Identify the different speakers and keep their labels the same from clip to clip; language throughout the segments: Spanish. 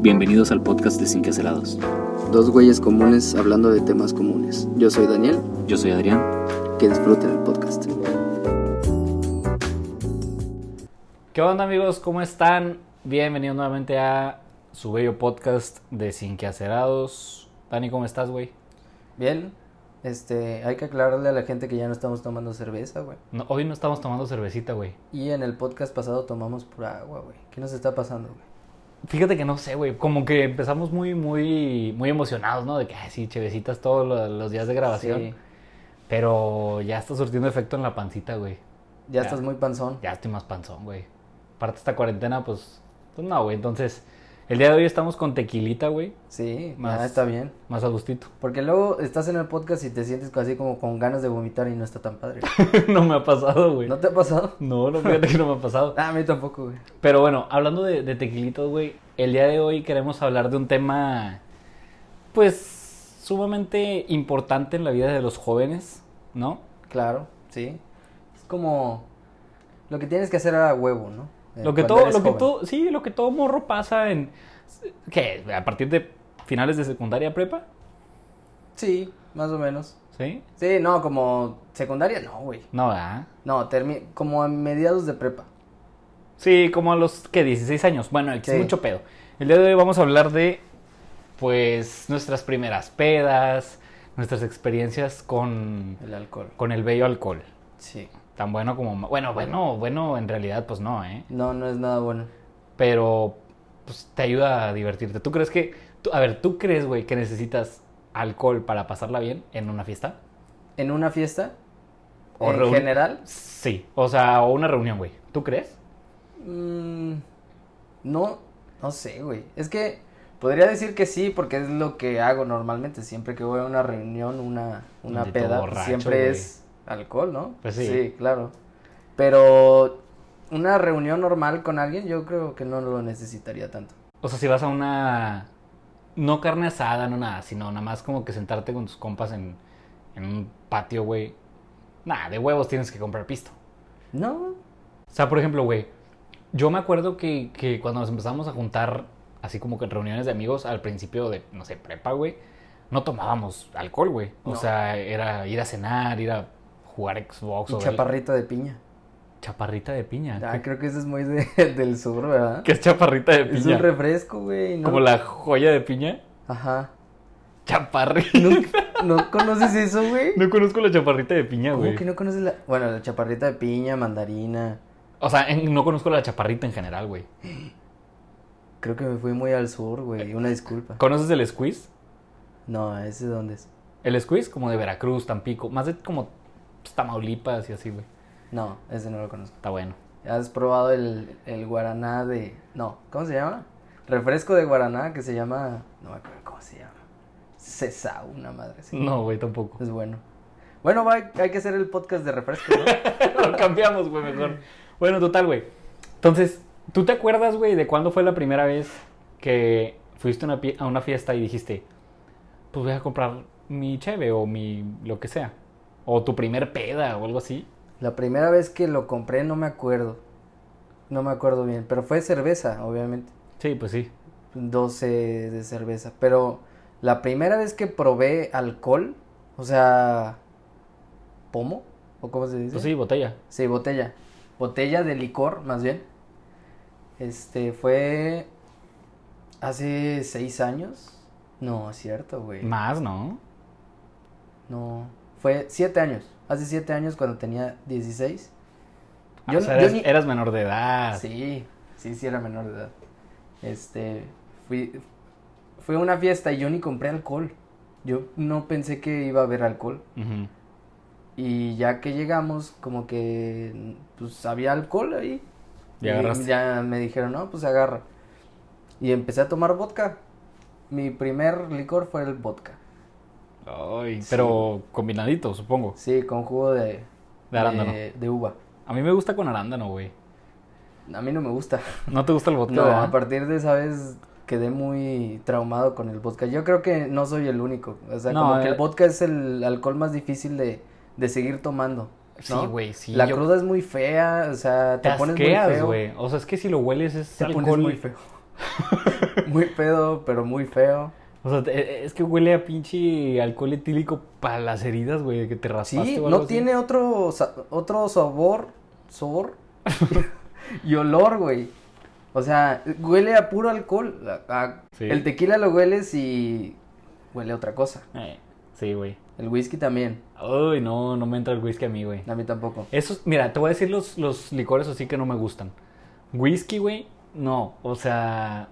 Speaker 1: Bienvenidos al podcast de Sin Celados.
Speaker 2: Dos güeyes comunes hablando de temas comunes. Yo soy Daniel,
Speaker 1: Yo soy Adrián.
Speaker 2: que disfruten el podcast.
Speaker 3: ¿Qué onda amigos? ¿Cómo están? Bienvenidos nuevamente a su bello podcast de Sin Queacerados. Dani, ¿cómo estás, güey?
Speaker 4: Bien, este, hay que aclararle a la gente que ya no estamos tomando cerveza, güey.
Speaker 3: No, hoy no estamos tomando cervecita, güey.
Speaker 4: Y en el podcast pasado tomamos pura agua, güey. ¿Qué nos está pasando, güey?
Speaker 3: Fíjate que no sé, güey. Como que empezamos muy, muy, muy emocionados, ¿no? De que, ay, sí, chevecitas todos lo- los días de grabación.
Speaker 4: Sí,
Speaker 3: Pero ya está surtiendo efecto en la pancita, güey.
Speaker 4: ya estás muy panzón.
Speaker 3: Ya estoy más panzón, güey. Aparte esta cuarentena, pues, pues no, güey. Entonces, el día de hoy estamos con tequilita, güey.
Speaker 4: Sí,
Speaker 3: Más-
Speaker 4: ya está bien.
Speaker 3: Más a gustito.
Speaker 4: Porque luego estás en el podcast y te sientes así como con ganas de vomitar y no está tan padre.
Speaker 3: no me ha pasado, güey.
Speaker 4: ¿No te ha pasado?
Speaker 3: No, no, fíjate que no me ha pasado.
Speaker 4: Ah, a mí tampoco, güey.
Speaker 3: Pero bueno, hablando de, de tequilitos, güey, el día de hoy queremos hablar de un tema, pues, sumamente importante en la vida de los jóvenes, ¿no?
Speaker 4: Claro, sí. Es como lo que tienes que hacer a huevo, ¿no? Eh,
Speaker 3: lo que
Speaker 4: cuando
Speaker 3: todo,
Speaker 4: eres
Speaker 3: lo que
Speaker 4: joven.
Speaker 3: todo, sí, lo que todo morro pasa en, que a partir de finales de secundaria prepa,
Speaker 4: Sí, más o menos.
Speaker 3: ¿sí?
Speaker 4: Sí, no, como secundaria, no, güey.
Speaker 3: No, ¿verdad?
Speaker 4: No, termi- como a mediados de prepa.
Speaker 3: Sí, como a los que 16 años. Bueno, es
Speaker 4: Sí.
Speaker 3: mucho pedo. El día de hoy vamos a hablar de pues nuestras primeras pedas, nuestras experiencias con,
Speaker 4: El alcohol.
Speaker 3: con el bello alcohol.
Speaker 4: Sí.
Speaker 3: Tan bueno como ma- bueno, bueno, bueno, en realidad pues no, ¿eh?
Speaker 4: No, no es nada bueno.
Speaker 3: Pero pues te ayuda a divertirte. ¿Tú crees que tú- a ver, tú crees, güey, que necesitas alcohol para pasarla bien en una fiesta?
Speaker 4: ¿En una fiesta?
Speaker 3: O
Speaker 4: ¿En
Speaker 3: reuni-
Speaker 4: general?
Speaker 3: Sí, o sea, o una reunión, güey. ¿Tú crees?
Speaker 4: Mm, no, no sé, güey. Es que podría decir que sí, porque es lo que hago normalmente. Siempre que voy a una reunión, una, una
Speaker 3: De todo
Speaker 4: peda,
Speaker 3: borracho,
Speaker 4: siempre
Speaker 3: güey.
Speaker 4: es alcohol, ¿no?
Speaker 3: Pues sí.
Speaker 4: claro. Pero una reunión normal con alguien, yo creo que no lo necesitaría tanto.
Speaker 3: O sea, si vas a una. No carne asada, no nada, sino nada más como que sentarte con tus compas en, en un patio, güey. Nada, de huevos tienes que comprar pisto.
Speaker 4: No,
Speaker 3: O sea, por ejemplo, güey, yo me acuerdo que, que cuando nos empezamos a juntar, así como que en reuniones de amigos, al principio de, no sé, prepa, güey, no tomábamos alcohol, güey. O
Speaker 4: No.
Speaker 3: sea, era ir a cenar, ir a jugar Xbox
Speaker 4: y
Speaker 3: o ver-
Speaker 4: chaparrita de piña.
Speaker 3: chaparrita de piña.
Speaker 4: Ah,
Speaker 3: ¿Qué,
Speaker 4: creo que eso es muy de- del sur, ¿verdad?
Speaker 3: qué es chaparrita de
Speaker 4: Es
Speaker 3: piña?
Speaker 4: un refresco, güey, ¿no?
Speaker 3: Como la joya de piña.
Speaker 4: Ajá.
Speaker 3: Chaparrita. No,
Speaker 4: ¿No conoces eso, güey?
Speaker 3: conozco la chaparrita de piña,
Speaker 4: ¿Cómo
Speaker 3: güey.
Speaker 4: que no conoces la...? Bueno, la chaparrita de piña, mandarina...
Speaker 3: O sea, en- no conozco la chaparrita en general, güey.
Speaker 4: Creo que me fui muy al sur, güey. Una disculpa.
Speaker 3: ¿Conoces el squeeze?
Speaker 4: No, ¿ese dónde es?
Speaker 3: El squeeze como de Veracruz, Tampico, más de como pues, Tamaulipas y así, güey.
Speaker 4: No, ese no lo conozco.
Speaker 3: Está bueno.
Speaker 4: ¿Has probado el, el guaraná de...? No, ¿cómo se llama? Refresco de guaraná que se llama... No me acuerdo cómo se llama. Cesau, una madre. así.
Speaker 3: No, güey, tampoco.
Speaker 4: Es bueno. Bueno, va, hay que hacer el podcast de refresco, ¿no?
Speaker 3: Lo cambiamos, güey, mejor. Bueno, total, güey. Entonces, ¿tú te acuerdas, güey, de cuándo fue la primera vez que fuiste a una, pie- a una fiesta y dijiste, pues voy a comprar mi cheve o mi lo que sea? O tu primer peda o algo así.
Speaker 4: La primera vez que lo compré no me acuerdo. No me acuerdo bien, pero fue cerveza, obviamente.
Speaker 3: Sí, pues sí.
Speaker 4: 12 de cerveza. Pero la primera vez que probé alcohol, o sea, pomo, o cómo se dice.
Speaker 3: Pues sí, botella.
Speaker 4: Sí, botella. Botella de licor, más bien. Este fue hace seis años. No, es cierto, güey.
Speaker 3: Más, ¿no?
Speaker 4: No, fue siete años. Hace siete años cuando tenía 16.
Speaker 3: Ah,
Speaker 4: Yo-
Speaker 3: o sea,
Speaker 4: yo
Speaker 3: eras,
Speaker 4: ni-
Speaker 3: eras menor de edad.
Speaker 4: Sí, sí, sí era menor de edad. Este, fui, fue a una fiesta y yo ni compré alcohol. Yo no pensé que iba a haber alcohol.
Speaker 3: Ujú.
Speaker 4: Y ya que llegamos, como que, pues había alcohol ahí.
Speaker 3: Y agarraste.
Speaker 4: ya me dijeron, no, pues agarra. Y empecé a tomar vodka. Mi primer licor fue el vodka.
Speaker 3: Ay, pero combinadito, supongo.
Speaker 4: Sí, con jugo de,
Speaker 3: De arándano.
Speaker 4: de- de uva.
Speaker 3: A mí me gusta con arándano, güey.
Speaker 4: A mí no me gusta.
Speaker 3: ¿No te gusta el vodka?
Speaker 4: No,
Speaker 3: verdad?
Speaker 4: a partir de esa vez quedé muy traumado con el vodka. Yo creo que no soy el único. O sea,
Speaker 3: No,
Speaker 4: como que
Speaker 3: eh.
Speaker 4: el vodka es el alcohol más difícil de, de seguir tomando.
Speaker 3: Sí,
Speaker 4: ¿no?
Speaker 3: güey, sí.
Speaker 4: La
Speaker 3: yo-
Speaker 4: cruda es muy fea, o sea, te,
Speaker 3: te
Speaker 4: pones muy
Speaker 3: asqueas,
Speaker 4: feo.
Speaker 3: güey. O sea, es que si lo hueles es
Speaker 4: Te
Speaker 3: alcohol.
Speaker 4: pones muy feo. Muy pedo, pero muy feo.
Speaker 3: O sea, te- e, es que huele a pinche alcohol etílico para las heridas, güey, de que te raspaste
Speaker 4: Sí,
Speaker 3: o algo
Speaker 4: no
Speaker 3: así.
Speaker 4: tiene otro, sa- otro sabor, sabor y olor, güey. O sea, huele a puro alcohol. a- a-
Speaker 3: Sí.
Speaker 4: El tequila lo hueles y huele a otra cosa.
Speaker 3: Eh, sí, güey.
Speaker 4: El whisky también.
Speaker 3: Ay, no, no me entra el whisky a mí, güey.
Speaker 4: A mí tampoco.
Speaker 3: Esos, mira, te voy a decir los, los licores así que no me gustan. Whisky, güey, no. O sea,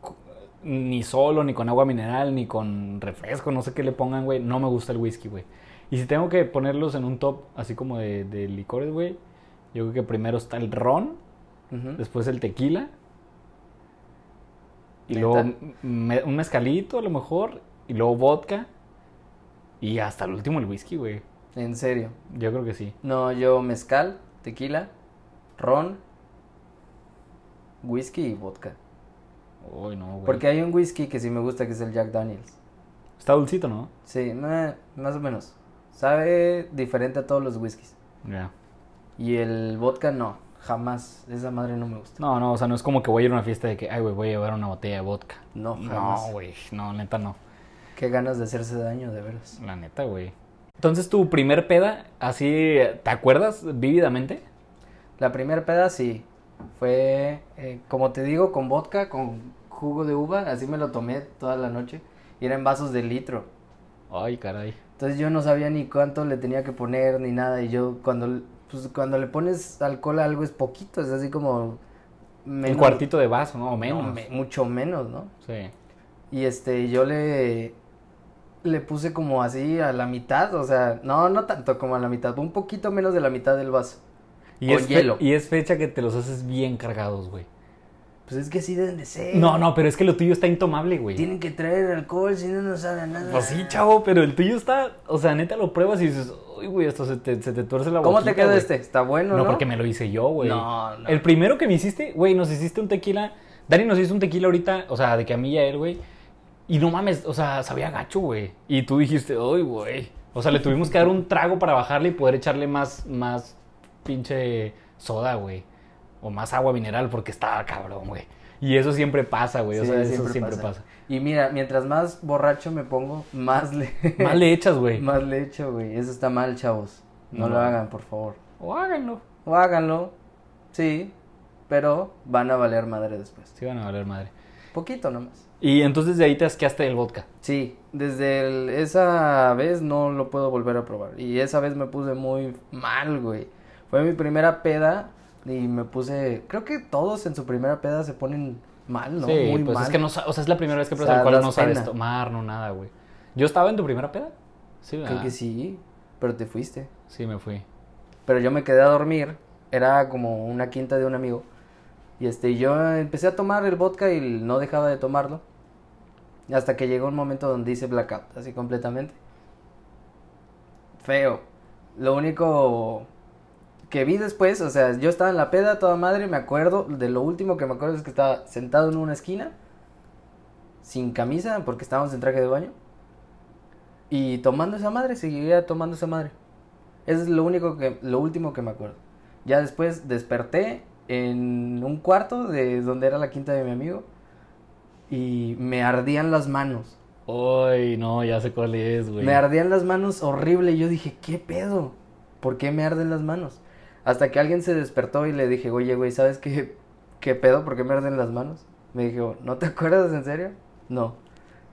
Speaker 3: cu- ni solo, ni con agua mineral, ni con refresco, no sé qué le pongan, güey. No me gusta el whisky, güey. Y si tengo que ponerlos en un top así como de, de licores, güey, yo creo que primero está el ron,
Speaker 4: Ujú.
Speaker 3: después el tequila. Y
Speaker 4: ¿Neta?
Speaker 3: luego me- un mezcalito a lo mejor, y luego vodka. Y hasta el último el whisky, güey.
Speaker 4: En serio.
Speaker 3: Yo creo que sí.
Speaker 4: No, yo mezcal, tequila, ron, whisky y vodka.
Speaker 3: Uy, no, güey.
Speaker 4: Porque hay un whisky que sí me gusta que es el Jack Daniels.
Speaker 3: Está dulcito, ¿no?
Speaker 4: Sí, meh, más o menos. Sabe diferente a todos los whiskies.
Speaker 3: Ya.
Speaker 4: Y el vodka no, jamás. Esa madre no me gusta.
Speaker 3: No, no, o sea, no es como que voy a ir a una fiesta de que, ay, güey, voy a llevar una botella de vodka.
Speaker 4: No,
Speaker 3: No,
Speaker 4: jamás.
Speaker 3: güey, no, neta no.
Speaker 4: Qué ganas de hacerse daño, de veras.
Speaker 3: La neta, güey. Entonces, tu primer peda, así, ¿te acuerdas vívidamente?
Speaker 4: La primera peda sí. Fue, eh, como te digo, con vodka, con jugo de uva. Así me lo tomé toda la noche. Y era en vasos de litro.
Speaker 3: Ay, caray.
Speaker 4: Entonces yo no sabía ni cuánto le tenía que poner ni nada. Y yo cuando, pues, cuando le pones alcohol a algo es poquito. Es así como...
Speaker 3: El
Speaker 4: menos-
Speaker 3: cuartito de vaso, ¿no? O
Speaker 4: no,
Speaker 3: menos.
Speaker 4: me- mucho menos, ¿no?
Speaker 3: Sí.
Speaker 4: Y este, yo le, le puse como así a la mitad, o sea, no, no tanto como a la mitad, un poquito menos de la mitad del vaso.
Speaker 3: Y
Speaker 4: Con
Speaker 3: es fe-
Speaker 4: hielo.
Speaker 3: Y es fecha que te los haces bien cargados, güey.
Speaker 4: Pues es que así deben de ser.
Speaker 3: No, no, pero es que lo tuyo está intomable, güey.
Speaker 4: Tienen que traer alcohol, si no, no saben nada.
Speaker 3: Pues sí, chavo, pero el tuyo está, o sea, neta lo pruebas y dices, uy, güey, hasta se te, se te tuerce la
Speaker 4: ¿Cómo
Speaker 3: boquita,
Speaker 4: te quedó
Speaker 3: güey".
Speaker 4: este? ¿Está bueno,
Speaker 3: No,
Speaker 4: no?
Speaker 3: porque me lo hice yo, güey.
Speaker 4: No, no.
Speaker 3: El primero que me hiciste, güey, nos hiciste un tequila. Dani nos hizo un tequila ahorita, o sea, de que a mí y a él, güey. Y no mames, o sea, sabía gacho, güey. Y tú dijiste, ay, güey. O sea, le tuvimos que dar un trago para bajarle y poder echarle más, más pinche soda, güey. O más agua mineral, porque estaba cabrón, güey. Y eso siempre pasa, güey. O
Speaker 4: Sí,
Speaker 3: sea, eso siempre pasa.
Speaker 4: Y mira, mientras más borracho me pongo, más le,
Speaker 3: Mal le echas, güey.
Speaker 4: más le echo, güey. Eso está mal, chavos. No,
Speaker 3: No.
Speaker 4: lo hagan, por favor.
Speaker 3: O háganlo.
Speaker 4: O háganlo, sí, pero van a valer madre después.
Speaker 3: Sí van a valer madre.
Speaker 4: Poquito nomás.
Speaker 3: Y entonces de ahí te asqueaste del vodka.
Speaker 4: Sí, desde el- esa vez no lo puedo volver a probar. Y esa vez me puse muy mal, güey. Fue mi primera peda y me puse... Creo que todos en su primera peda se ponen mal, ¿no?
Speaker 3: sí,
Speaker 4: muy
Speaker 3: pues
Speaker 4: mal.
Speaker 3: es que no, sa- o sea, es la primera vez que
Speaker 4: O
Speaker 3: pruebas
Speaker 4: sea,
Speaker 3: alcohol,
Speaker 4: das
Speaker 3: no sabes
Speaker 4: pena.
Speaker 3: tomar, no nada, güey. Yo estaba en tu primera peda. Sí, ¿verdad?
Speaker 4: Creo que sí, pero te fuiste.
Speaker 3: Sí, me fui.
Speaker 4: Pero yo me quedé a dormir. Era como una quinta de un amigo. Y este, yo empecé a tomar el vodka y no dejaba de tomarlo. Hasta que llegó un momento donde hice blackout, así completamente. Feo. Lo único que vi después, o sea, yo estaba en la peda toda madre, me acuerdo, de lo último que me acuerdo es que estaba sentado en una esquina, sin camisa, porque estábamos en traje de baño, y tomando esa madre, seguía tomando esa madre. Eso es lo único que, lo último que me acuerdo. Ya después desperté en un cuarto de donde era la quinta de mi amigo y me ardían las manos.
Speaker 3: Ay, no, ya sé cuál es, güey.
Speaker 4: Me ardían las manos horrible. y Yo dije, ¿qué pedo? ¿Por qué me arden las manos? Hasta que alguien se despertó y le dije, oye, güey, ¿sabes qué, qué pedo? ¿Por qué me arden las manos? Me dijo, ¿no te acuerdas en serio? No.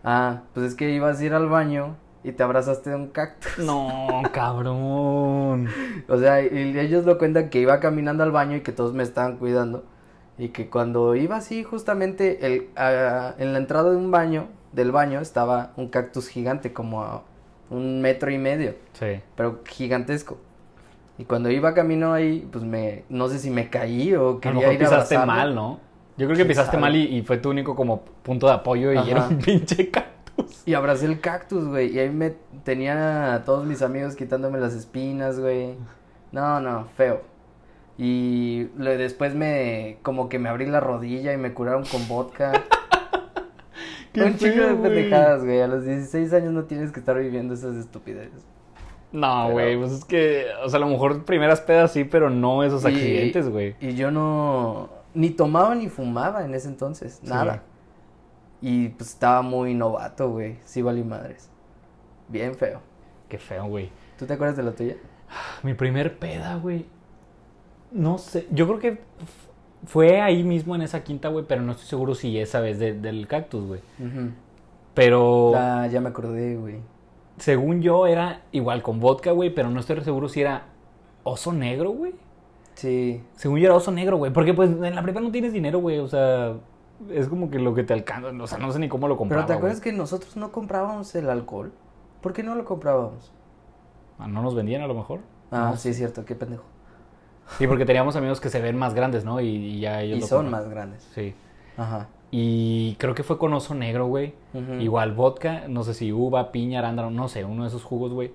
Speaker 4: Ah, pues es que ibas a ir al baño y te abrazaste de un cactus.
Speaker 3: No, cabrón.
Speaker 4: O sea, y ellos lo cuentan que iba caminando al baño y que todos me estaban cuidando. Y que cuando iba así, justamente el, ah, en la entrada de un baño, del baño, estaba un cactus gigante, como a un metro y medio,
Speaker 3: Sí.
Speaker 4: pero gigantesco. Y cuando iba camino ahí, pues me, no sé si me caí o
Speaker 3: A lo
Speaker 4: quería
Speaker 3: mejor
Speaker 4: ir a
Speaker 3: pisaste
Speaker 4: abrazarlo.
Speaker 3: mal, ¿no? Yo creo que
Speaker 4: ¿Quién
Speaker 3: pisaste
Speaker 4: sabe?
Speaker 3: mal y, y fue tu único como punto de apoyo y
Speaker 4: Ajá.
Speaker 3: era un pinche cactus.
Speaker 4: Y abracé el cactus, güey. Y ahí me tenía a todos mis amigos quitándome las espinas, güey. No, no, feo. Y le- después me, como que me abrí la rodilla y me curaron con vodka.
Speaker 3: ¡Qué
Speaker 4: Un chingo de
Speaker 3: feo, güey!
Speaker 4: pendejadas, güey. A los 16 años no tienes que estar viviendo esas estupideces.
Speaker 3: No,
Speaker 4: Pero-
Speaker 3: güey, pues es que, o sea, a lo mejor primeras pedas sí, pero no esos
Speaker 4: Y-
Speaker 3: accidentes, güey.
Speaker 4: Y yo no, ni tomaba ni fumaba en ese entonces,
Speaker 3: Sí.
Speaker 4: nada. Y pues estaba muy novato, güey. Sí valí madres. Bien feo.
Speaker 3: Qué feo, güey.
Speaker 4: ¿Tú te acuerdas de la tuya?
Speaker 3: Mi primer peda, güey. No sé, yo creo que f- fue ahí mismo en esa quinta, güey, pero no estoy seguro si esa vez de- del cactus, güey. Pero
Speaker 4: Ah, ya me acordé, güey.
Speaker 3: según yo era igual con vodka, güey, pero no estoy seguro si era oso negro, güey.
Speaker 4: Sí.
Speaker 3: Según yo era oso negro, güey, porque pues en la prepa no tienes dinero, güey, o sea, es como que lo que te alcanza, o sea, no sé ni cómo lo compraba.
Speaker 4: Pero ¿te acuerdas
Speaker 3: güey.
Speaker 4: que nosotros no comprábamos el alcohol? ¿Por qué no lo comprábamos?
Speaker 3: Ah, no nos vendían a lo mejor.
Speaker 4: Ah,
Speaker 3: No
Speaker 4: sí, es cierto, qué pendejo.
Speaker 3: Sí, porque teníamos amigos que se ven más grandes, ¿no? Y, y ya ellos
Speaker 4: Y
Speaker 3: lo
Speaker 4: son
Speaker 3: compran.
Speaker 4: más grandes.
Speaker 3: Sí.
Speaker 4: Ajá.
Speaker 3: Y creo que fue con oso negro, güey.
Speaker 4: Ujú.
Speaker 3: Igual vodka, no sé si uva, piña, arándano, no sé, uno de esos jugos, güey.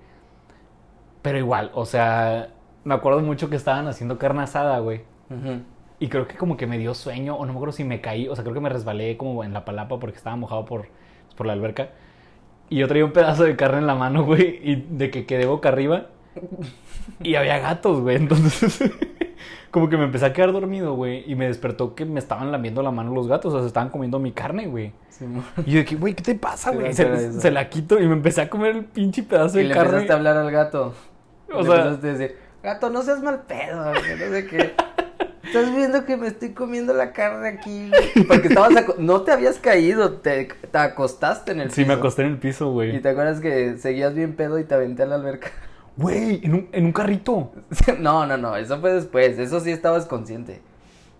Speaker 3: Pero igual, o sea, me acuerdo mucho que estaban haciendo carne asada, güey.
Speaker 4: Ujú.
Speaker 3: Y creo que como que me dio sueño, o no me acuerdo si me caí, o sea, creo que me resbalé como en la palapa porque estaba mojado por, pues, por la alberca. Y yo traía un pedazo de carne en la mano, güey, y de que quedé boca arriba. Y había gatos, güey, entonces como que me empecé a quedar dormido, güey, y me despertó que me estaban lamiendo la mano los gatos, o sea, se estaban comiendo mi carne, güey.
Speaker 4: Simón.
Speaker 3: Y yo de que, güey, ¿qué te pasa,
Speaker 4: Sí, me
Speaker 3: güey?
Speaker 4: acuerdo
Speaker 3: Se,
Speaker 4: de eso.
Speaker 3: se la quito y me empecé a comer el pinche pedazo
Speaker 4: Y
Speaker 3: de
Speaker 4: le
Speaker 3: carne.
Speaker 4: empezaste a hablar al gato.
Speaker 3: O
Speaker 4: le
Speaker 3: sea-
Speaker 4: empezaste a decir, gato, no seas mal pedo, güey, no sé qué. Estás viendo que me estoy comiendo la carne aquí. güey?" Porque estabas aco- no te habías caído, te, te acostaste en el
Speaker 3: Sí, me
Speaker 4: piso.
Speaker 3: acosté en el piso,
Speaker 4: Y
Speaker 3: güey.
Speaker 4: te acuerdas que seguías bien pedo y te aventé a la alberca.
Speaker 3: Güey, en un, en un carrito.
Speaker 4: No, no, no, eso fue después, eso sí estabas consciente.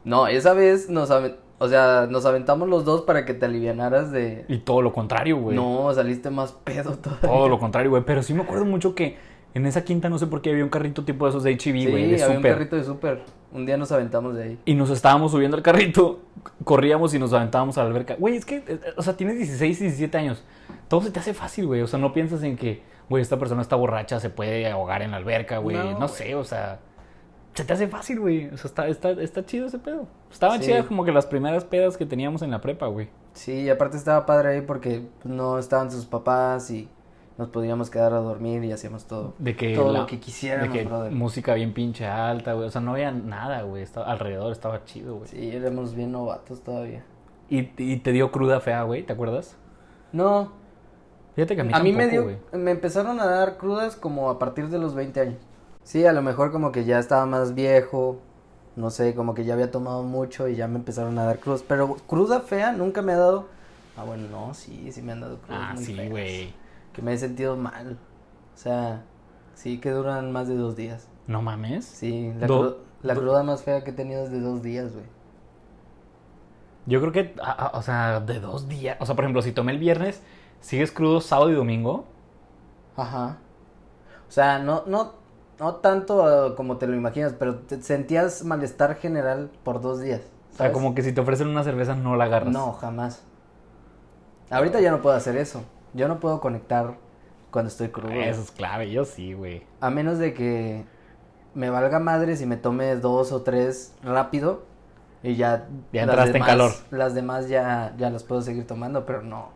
Speaker 4: No, esa vez nos, aven- o sea, nos aventamos los dos para que te alivianaras de...
Speaker 3: Y todo lo contrario, güey. Oh,
Speaker 4: No, saliste más pedo todavía.
Speaker 3: Todo lo contrario, güey. Pero sí me acuerdo mucho que en esa quinta no sé por qué había un carrito tipo de esos de
Speaker 4: Sí,
Speaker 3: HB, güey, de
Speaker 4: había un
Speaker 3: súper.
Speaker 4: carrito de súper. Un día nos aventamos de ahí.
Speaker 3: Y nos estábamos subiendo al carrito, corríamos y nos aventábamos a la alberca. Güey, es que, eh, o sea, tienes 16, 17 años. Todo se te hace fácil, güey. O sea, no piensas en que, güey, esta persona está borracha, se puede ahogar en la alberca, güey.
Speaker 4: No,
Speaker 3: No,
Speaker 4: güey.
Speaker 3: sé, o sea, se te hace fácil, güey. O sea, está, está, está chido ese pedo. Estaban
Speaker 4: Sí.
Speaker 3: chidas como que las primeras pedas que teníamos en la prepa, güey.
Speaker 4: Sí, y aparte estaba padre ahí porque no estaban sus papás y nos podíamos quedar a dormir y hacíamos todo.
Speaker 3: De que
Speaker 4: todo
Speaker 3: la-
Speaker 4: lo que
Speaker 3: de
Speaker 4: quisiéramos,
Speaker 3: que
Speaker 4: brother.
Speaker 3: música bien pinche alta, güey. O sea, no había nada, güey. Estaba- alrededor estaba chido, güey.
Speaker 4: Sí, éramos bien novatos todavía.
Speaker 3: Y, y te dio cruda fea, güey, ¿te acuerdas?
Speaker 4: No,
Speaker 3: Fíjate que a mí,
Speaker 4: a mí me
Speaker 3: tampoco,
Speaker 4: dio,
Speaker 3: güey.
Speaker 4: me empezaron a dar crudas como a partir de los 20 años. Sí, a lo mejor como que ya estaba más viejo, no sé, como que ya había tomado mucho y ya me empezaron a dar crudas. Pero cruda fea nunca me ha dado. Ah, bueno, no, sí, sí me han dado crudas.
Speaker 3: Ah,
Speaker 4: muy
Speaker 3: sí,
Speaker 4: feas,
Speaker 3: güey.
Speaker 4: Que me he sentido mal. O sea, sí que duran más de dos días.
Speaker 3: No mames.
Speaker 4: Sí, la,
Speaker 3: Do-
Speaker 4: cru- la
Speaker 3: do-
Speaker 4: cruda más fea que he tenido es de dos días, güey.
Speaker 3: Yo creo que, a- a- o sea, de dos días. O sea, por ejemplo, si tomé el viernes, ¿sigues crudo sábado y domingo?
Speaker 4: Ajá. O sea, no, no, no tanto eh, como te lo imaginas, pero te sentías malestar general por dos días.
Speaker 3: O sea, como Ah, que si te ofrecen una cerveza no la agarras.
Speaker 4: No, jamás. Ahorita ya no puedo hacer eso. Yo no puedo conectar cuando estoy crudo. güey.
Speaker 3: Ah, Eso es clave, yo sí, güey.
Speaker 4: A menos de que me valga madre si me tome dos o tres rápido y ya.
Speaker 3: Ya
Speaker 4: las
Speaker 3: entraste en calor.
Speaker 4: Las demás ya, ya las puedo seguir tomando, pero no.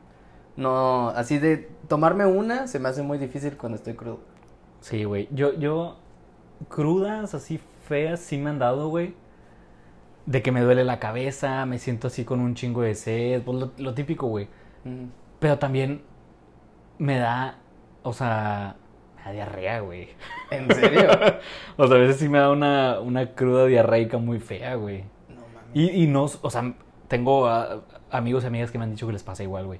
Speaker 4: No, así de tomarme una se me hace muy difícil cuando estoy crudo.
Speaker 3: Sí, güey. Yo, yo, crudas así feas sí me han dado, güey. De que me duele la cabeza, me siento así con un chingo de sed, pues lo, lo típico, güey.
Speaker 4: Mm.
Speaker 3: Pero también me da, o sea, me da diarrea, güey.
Speaker 4: ¿En serio?
Speaker 3: O sea, a veces sí me da una, una cruda diarreica muy fea, güey.
Speaker 4: no mames.
Speaker 3: Y, y no, o sea, tengo ah, amigos y amigas que me han dicho que les pasa igual, güey.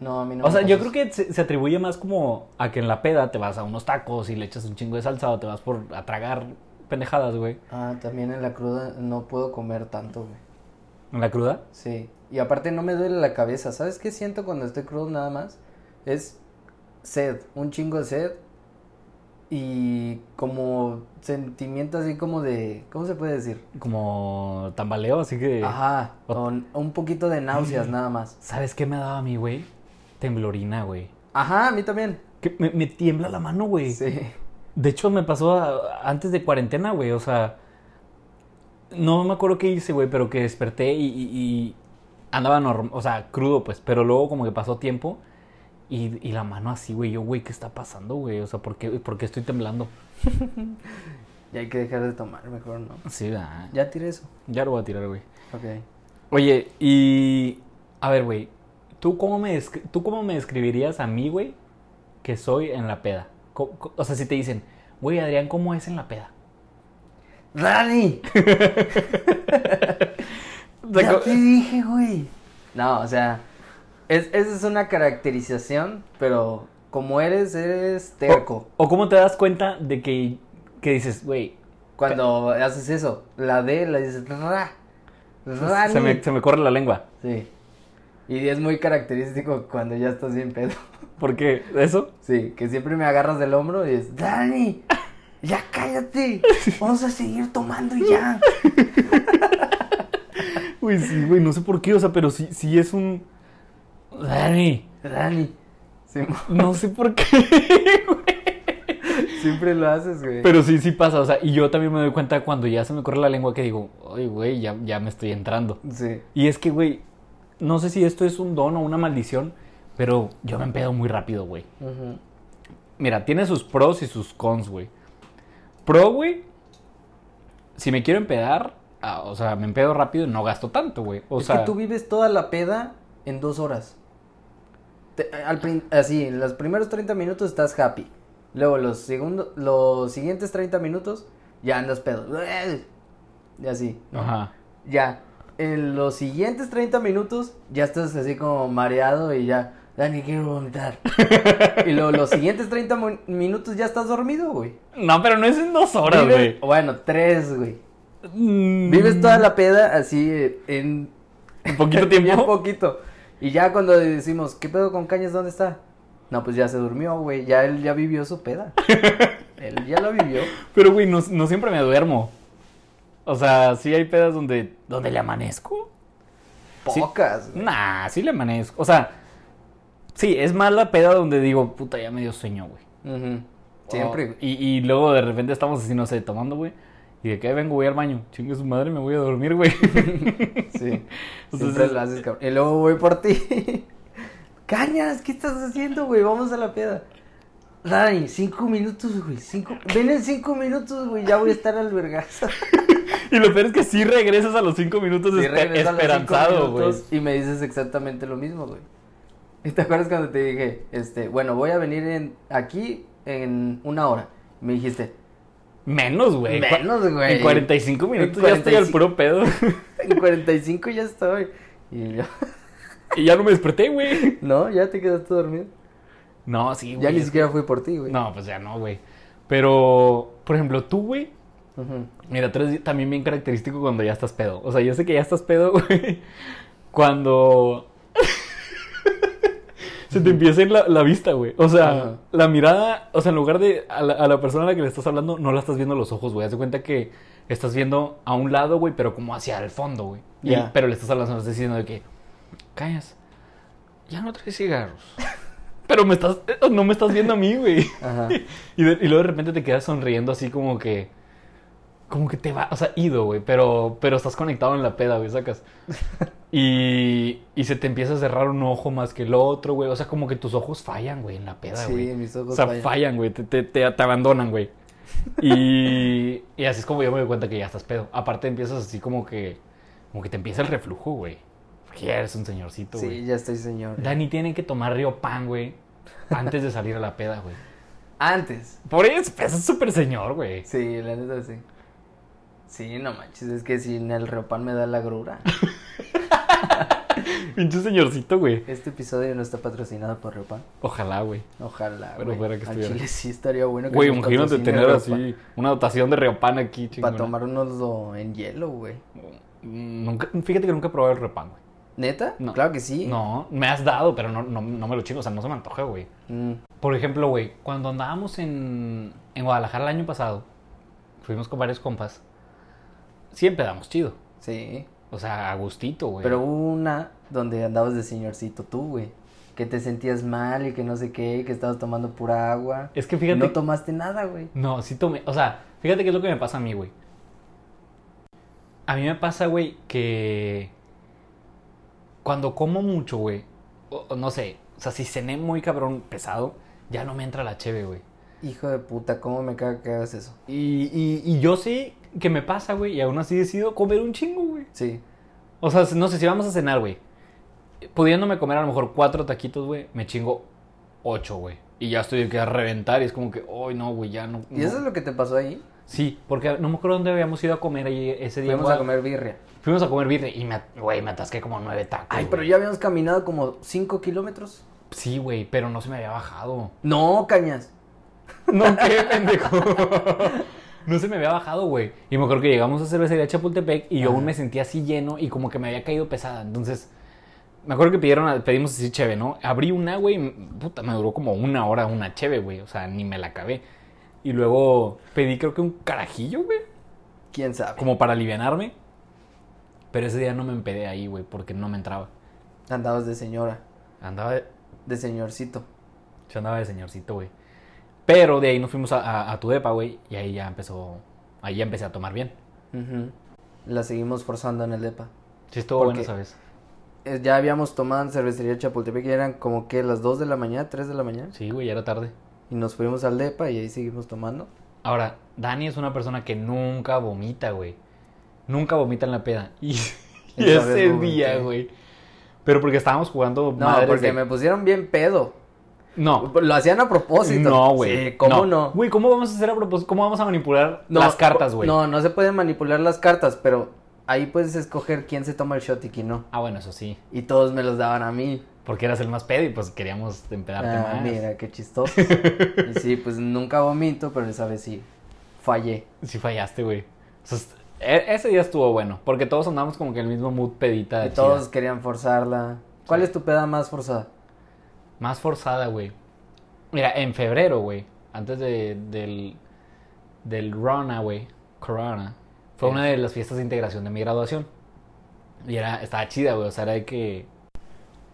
Speaker 4: No, a mí no
Speaker 3: O sea,
Speaker 4: me
Speaker 3: yo
Speaker 4: pasa
Speaker 3: creo que se, se atribuye más como a que en la peda te vas a unos tacos y le echas un chingo de salsa o te vas por a tragar pendejadas, güey.
Speaker 4: eso. Ah, también en la cruda no puedo comer tanto, güey.
Speaker 3: En la cruda.
Speaker 4: Sí. Y aparte no me duele la cabeza. ¿Sabes qué siento cuando estoy crudo nada más? Es sed, un chingo de sed. Y como sentimiento así como de... ¿Cómo se puede decir?
Speaker 3: Como tambaleo, así que...
Speaker 4: Ajá.
Speaker 3: Ot-
Speaker 4: con un poquito de náuseas nada más.
Speaker 3: ¿Sabes qué me ha dado a mí, güey? Temblorina, güey.
Speaker 4: Ajá, a mí también.
Speaker 3: Que me, me tiembla la mano, güey.
Speaker 4: Sí.
Speaker 3: De hecho, me pasó a- antes de cuarentena, güey. O sea, no me acuerdo qué hice, güey, pero que desperté y, y- y andaba normal, o sea, crudo, pues. Pero luego como que pasó tiempo y, y la mano así, güey. Yo, güey, ¿qué está pasando, güey? O sea, ¿por qué, por qué estoy temblando?
Speaker 4: Y hay que dejar de tomar, mejor no.
Speaker 3: Sí, ah, ya.
Speaker 4: Ya tiré eso.
Speaker 3: lo voy a tirar, güey.
Speaker 4: Ok.
Speaker 3: Oye, y... A ver, güey. ¿Tú cómo me, descri- ¿Tú cómo me describirías a mí, güey, que soy en la peda? Co- co- O sea, si te dicen, güey, Adrián, ¿cómo es en la peda?
Speaker 4: ¡Rani! ¡Ya te dije, güey! No, o sea, es- esa es una caracterización, pero como eres, eres terco.
Speaker 3: O, o cómo te das cuenta de que, que dices, güey,
Speaker 4: Oh, Cuando haces eso, la D la dices ra. Rani.
Speaker 3: pues, se me, se me corre la lengua.
Speaker 4: Sí. Y es muy característico cuando ya estás bien pedo.
Speaker 3: Porque eso,
Speaker 4: Sí, que siempre me agarras del hombro y es, Dani, ya cállate, vamos a seguir tomando y ya.
Speaker 3: Güey, sí, güey, no sé por qué, o sea, pero sí, sí es un. Dani,
Speaker 4: Dani, sí,
Speaker 3: no sé por qué, güey.
Speaker 4: siempre lo haces, güey.
Speaker 3: Pero sí, sí pasa, o sea, y yo también me doy cuenta cuando ya se me corre la lengua que digo, ay, güey, ya, ya me estoy entrando.
Speaker 4: Sí,
Speaker 3: Y es que, güey, no sé si esto es un don o una maldición, pero yo me empedo muy rápido, güey.
Speaker 4: ujú,
Speaker 3: Mira, tiene sus pros y sus cons, güey. Pro, güey, si me quiero empedar, ah, o sea, me empedo rápido y no gasto tanto, güey. O
Speaker 4: es
Speaker 3: sea,
Speaker 4: que tú vives toda la peda en dos horas. Te- al prin- así, en los primeros 30 minutos estás happy. Luego los, segundos, los siguientes 30 minutos ya andas pedo. Y así. ¿no?
Speaker 3: Ajá.
Speaker 4: Ya, en los siguientes 30 minutos ya estás así como mareado y ya, Dani, quiero vomitar. y luego los siguientes 30 mu- minutos ya estás dormido, güey.
Speaker 3: No, pero no es en dos horas,
Speaker 4: Vives-
Speaker 3: güey.
Speaker 4: Bueno, tres, güey.
Speaker 3: Mm,
Speaker 4: Vives toda la peda así eh, en
Speaker 3: en poquito
Speaker 4: bien
Speaker 3: tiempo.
Speaker 4: poquito. Y ya cuando decimos, ¿qué pedo con Cañas? ¿Dónde está? No, pues ya se durmió, güey. Ya él ya vivió su peda. él ya la vivió.
Speaker 3: Pero, güey, no, no siempre me duermo. O sea, sí hay pedas donde. ¿Donde le amanezco? Sí.
Speaker 4: Pocas, güey.
Speaker 3: Nah, sí le amanezco. O sea, sí, es más la peda donde digo, puta, ya me dio sueño, güey.
Speaker 4: Ujú. Siempre,
Speaker 3: O-
Speaker 4: güey.
Speaker 3: y, y luego de repente estamos así, no sé, tomando, güey. Y de que "Ay, vengo, voy al baño. Chingue su madre, me voy a dormir, güey.
Speaker 4: Sí. Siempre
Speaker 3: Entonces-
Speaker 4: lo haces, cabrón. Y luego voy por ti. Cañas, ¿qué estás haciendo, güey? Vamos a la peda. Dani, cinco minutos, güey. Cinco... Ven en cinco minutos, güey. Ya voy a estar al vergazo.
Speaker 3: y lo peor es que sí regresas a los cinco minutos
Speaker 4: Y
Speaker 3: espe-
Speaker 4: regreso a los
Speaker 3: Pues esperanzado,
Speaker 4: cinco
Speaker 3: güey.
Speaker 4: minutos Y me dices exactamente lo mismo, güey. ¿Y te acuerdas cuando te dije, este, bueno, voy a venir en, aquí en una hora? Me dijiste,
Speaker 3: Menos, güey. Cua-
Speaker 4: menos, güey.
Speaker 3: En 45 minutos ya estoy
Speaker 4: 45.
Speaker 3: al puro pedo.
Speaker 4: En 45 ya estoy. Y yo,
Speaker 3: y ya no me desperté, güey.
Speaker 4: no, ya te quedaste dormido.
Speaker 3: No, sí, güey.
Speaker 4: Ya ni
Speaker 3: es-
Speaker 4: siquiera fui por ti, güey.
Speaker 3: No, pues ya no, güey. Pero, por ejemplo, tú, güey.
Speaker 4: Ujú.
Speaker 3: Mira, tú eres también bien característico cuando ya estás pedo. O sea, yo sé que ya estás pedo, güey. Cuando. Se te empieza a ir la, la vista, güey. O sea,
Speaker 4: Ajá.
Speaker 3: la mirada, o sea, en lugar de a la, a la persona a la que le estás hablando, no la estás viendo a los ojos, güey. Haz de cuenta que estás viendo a un lado, güey, pero como hacia el fondo, güey. Y-
Speaker 4: Ya.
Speaker 3: Pero le estás hablando, estás diciendo de que, callas, ya no traes cigarros. pero me estás, eh, no me estás viendo a mí, güey.
Speaker 4: Ajá.
Speaker 3: Y, de- y luego de repente te quedas sonriendo así como que... Como que te va... O sea, ido, güey. Pero, pero estás conectado en la peda, güey, sacas. Y, y se te empieza a cerrar un ojo más que el otro, güey. O sea, como que tus ojos fallan, güey, en la peda,
Speaker 4: Sí,
Speaker 3: güey.
Speaker 4: mis
Speaker 3: o
Speaker 4: ojos
Speaker 3: sea,
Speaker 4: fallan.
Speaker 3: fallan, güey. Te, te, te- te abandonan, güey. Y, y así es como yo me doy cuenta que ya estás pedo. Aparte empiezas así como que... Como que te empieza el reflujo, güey. Porque ya eres un señorcito, güey.
Speaker 4: Sí, ya estoy, señor.
Speaker 3: Dani tiene que tomar río pan, güey. Antes de salir a la peda, güey.
Speaker 4: Antes.
Speaker 3: Por eso pues, es súper señor, güey.
Speaker 4: Sí, la neta sí. Sí, no manches, es que sin el reopan me da la grura.
Speaker 3: Pinche señorcito, güey.
Speaker 4: Este episodio no está patrocinado por reopan.
Speaker 3: Ojalá, güey.
Speaker 4: Ojalá,
Speaker 3: Pero
Speaker 4: güey.
Speaker 3: fuera que
Speaker 4: Al
Speaker 3: estuviera.
Speaker 4: Chile sí estaría bueno que
Speaker 3: Güey,
Speaker 4: nos
Speaker 3: imagínate
Speaker 4: patrocine
Speaker 3: tener
Speaker 4: Reopan
Speaker 3: así una dotación de reopan aquí, chingón.
Speaker 4: Para tomárnoslo en hielo, güey.
Speaker 3: Mm. Nunca, fíjate que nunca he probado el reopan, güey.
Speaker 4: ¿Neta?
Speaker 3: No.
Speaker 4: Claro que sí.
Speaker 3: No, me has dado, pero no, no, no me lo chingo, o sea, no se me antoja, güey.
Speaker 4: Mm,
Speaker 3: Por ejemplo, güey, cuando andábamos en, en Guadalajara el año pasado, fuimos con varios compas, siempre damos chido.
Speaker 4: sí.
Speaker 3: O sea, a gustito, güey.
Speaker 4: Pero hubo una donde andabas de señorcito tú, güey. Que te sentías mal y que no sé qué, y que estabas tomando pura agua.
Speaker 3: es que fíjate...
Speaker 4: No tomaste nada, güey.
Speaker 3: No, sí tomé. O sea, fíjate qué es lo que me pasa a mí, güey. A mí me pasa, güey, que cuando como mucho, güey, o- o no sé, o sea, si cené muy cabrón pesado, ya no me entra la cheve, güey.
Speaker 4: Hijo de puta, ¿cómo me caga que hagas eso?
Speaker 3: Y, y, y yo sé que me pasa, güey, y aún así decido comer un chingo, güey.
Speaker 4: Sí.
Speaker 3: O sea, no sé, si vamos a cenar, güey. pudiéndome comer a lo mejor cuatro taquitos, güey, me chingo ocho, güey. Y ya estoy de que a reventar y es como que, ay, no, güey, ya no.
Speaker 4: ¿Y eso
Speaker 3: no".
Speaker 4: es lo que te pasó ahí?
Speaker 3: Sí, porque no me acuerdo dónde habíamos ido a comer ahí ese día.
Speaker 4: Fuimos
Speaker 3: güey.
Speaker 4: a comer birria.
Speaker 3: Fuimos a comer birria y me, at- güey, me atasqué como nueve tacos.
Speaker 4: Ay,
Speaker 3: güey.
Speaker 4: pero ya habíamos caminado como 5 kilómetros.
Speaker 3: Sí, güey, pero no se me había bajado.
Speaker 4: No, cañas.
Speaker 3: No, qué pendejo. No se me había bajado, güey. Y me acuerdo que llegamos a cervecería Chapultepec y yo
Speaker 4: Ajá.
Speaker 3: aún me sentía así lleno y como que me había caído pesada. Entonces, me acuerdo que pidieron, pedimos así cheve, ¿no? Abrí una, güey, y, puta, me duró como una hora una cheve, güey. O sea, ni me la acabé. Y luego pedí creo que un carajillo, güey,
Speaker 4: ¿Quién sabe?
Speaker 3: como para alivianarme. Pero ese día no me empedé ahí, güey, porque no me entraba.
Speaker 4: Andabas de señora,
Speaker 3: Andaba de,
Speaker 4: de señorcito.
Speaker 3: Yo andaba de señorcito, güey. Pero de ahí nos fuimos a, a, a tu depa, güey. Y ahí ya empezó. Ahí ya empecé a tomar bien.
Speaker 4: Ujú. La seguimos forzando en el depa.
Speaker 3: Sí, estuvo
Speaker 4: ¿Por
Speaker 3: bueno,
Speaker 4: qué?
Speaker 3: ¿sabes?
Speaker 4: Eh, Ya habíamos tomado en cervecería Chapultepec y eran como que las 2 de la mañana, 3 de la mañana.
Speaker 3: Sí, güey, ya era tarde.
Speaker 4: Y nos fuimos al depa y ahí seguimos tomando.
Speaker 3: Ahora, Dani es una persona que nunca vomita, güey. Nunca vomita en la peda. Y, y
Speaker 4: Esa vez
Speaker 3: ese
Speaker 4: vomité.
Speaker 3: día, güey. Pero porque estábamos jugando
Speaker 4: No,
Speaker 3: madres
Speaker 4: porque
Speaker 3: de-
Speaker 4: me pusieron bien pedo.
Speaker 3: No.
Speaker 4: Lo hacían a propósito.
Speaker 3: No, güey.
Speaker 4: Sí, ¿cómo no?
Speaker 3: Güey, ¿cómo vamos a hacer a propósito? ¿Cómo vamos a manipular
Speaker 4: No,
Speaker 3: las cartas, güey?
Speaker 4: No, no se pueden manipular las cartas, pero ahí puedes escoger quién se toma el shot y quién no.
Speaker 3: Ah, bueno, eso sí.
Speaker 4: Y todos me los daban a mí.
Speaker 3: Porque eras el más pedo y pues queríamos empedarte
Speaker 4: Ah,
Speaker 3: más.
Speaker 4: mira, qué chistoso. y sí, pues nunca vomito, pero esa vez sí. Fallé.
Speaker 3: Sí fallaste, güey. O sea, est- e- ese día estuvo bueno, porque todos andamos como que en el mismo mood pedita.
Speaker 4: Y
Speaker 3: Ah, chida.
Speaker 4: todos querían forzarla. ¿Cuál es tu peda más forzada?
Speaker 3: Más forzada, güey. Mira, en febrero, güey, antes de, del, del Rona, güey, Corona, fue una de las fiestas de integración de mi graduación. Y era, estaba chida, güey, o sea, era de que...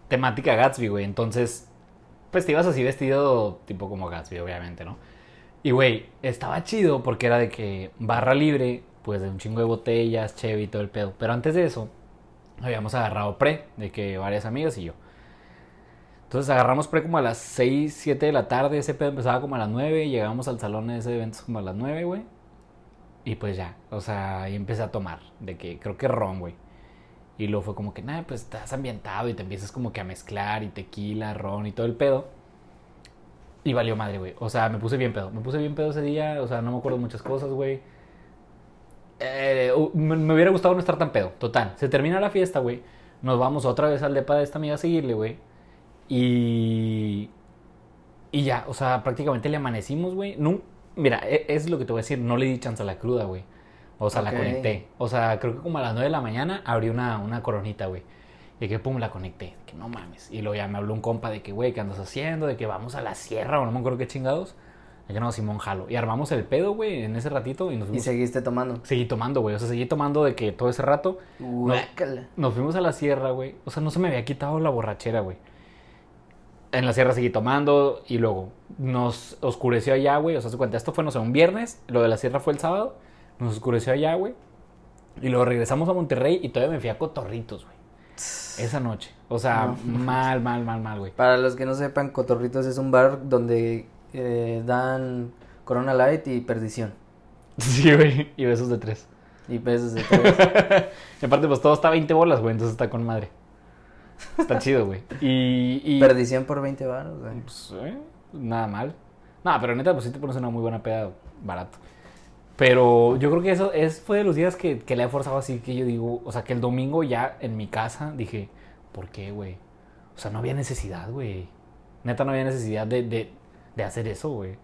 Speaker 3: Temática Gatsby, güey, entonces... Pues te ibas así vestido tipo como Gatsby, obviamente, ¿no? Y, güey, estaba chido porque era de que barra libre, pues de un chingo de botellas, chevy y todo el pedo. Pero antes de eso, habíamos agarrado pre, de que varias amigas y yo. Entonces agarramos pre como a las 6, 7 de la tarde, ese pedo empezaba como a las 9, llegamos al salón de ese evento como a las 9, güey. Y pues ya, o sea, ahí empecé a tomar, de que creo que ron, güey. Y luego fue como que, nada, pues estás ambientado y te empiezas como que a mezclar y tequila, ron y todo el pedo. Y valió madre, güey. O sea, me puse bien pedo. Me puse bien pedo ese día, o sea, no me acuerdo muchas cosas, güey. Eh, u- me, me hubiera gustado no estar tan pedo. Total, se termina la fiesta, güey. Nos vamos otra vez al depa de esta amiga a seguirle, güey. Y. Y ya, o sea, prácticamente le amanecimos, güey. Nun- Mira, e- es lo que te voy a decir. No le di chance a la cruda, güey. O sea,
Speaker 4: Ok.
Speaker 3: la conecté. O sea, creo que como a las 9 de la mañana abrí una, una coronita, güey. Y que pum, la conecté. Que no mames. Y luego ya me habló un compa de que, güey, ¿qué andas haciendo? De que vamos a la sierra o no me acuerdo qué chingados. Y que no, Simón Jalo. Y armamos el pedo, güey, en ese ratito. Y nos
Speaker 4: Y
Speaker 3: fuimos.
Speaker 4: seguiste tomando.
Speaker 3: Seguí tomando, güey. O sea, seguí tomando de que todo ese rato.
Speaker 4: Guácala.
Speaker 3: Nos fuimos a la sierra, güey. O sea, no se me había quitado la borrachera, güey. En la sierra seguí tomando y luego nos oscureció allá, güey. O sea, se cuenta, esto fue, no sé, un viernes. Lo de la sierra fue el sábado. Nos oscureció allá, güey. Y luego regresamos a Monterrey y todavía me fui a Cotorritos, güey. Esa noche. O sea,
Speaker 4: No.
Speaker 3: mal, mal, mal, mal, güey.
Speaker 4: Para los que no sepan, Cotorritos es un bar donde eh, dan Corona Light y perdición.
Speaker 3: Sí, güey. Y besos de tres.
Speaker 4: Y pesos de tres.
Speaker 3: Y aparte, pues todo está a 20 bolas, güey. Entonces está con madre. Está chido, güey. Y, y-
Speaker 4: perdición por 20 baros. güey.
Speaker 3: Pues, eh, nada mal. Nada, pero neta, pues sí te pones una muy buena peda barato. Pero yo creo que eso es, fue de los días que, que la he forzado así que yo digo, o sea, que el domingo ya en mi casa dije, ¿por qué, güey? O sea, no había necesidad, güey. Neta, no había necesidad de, de- de hacer eso, güey.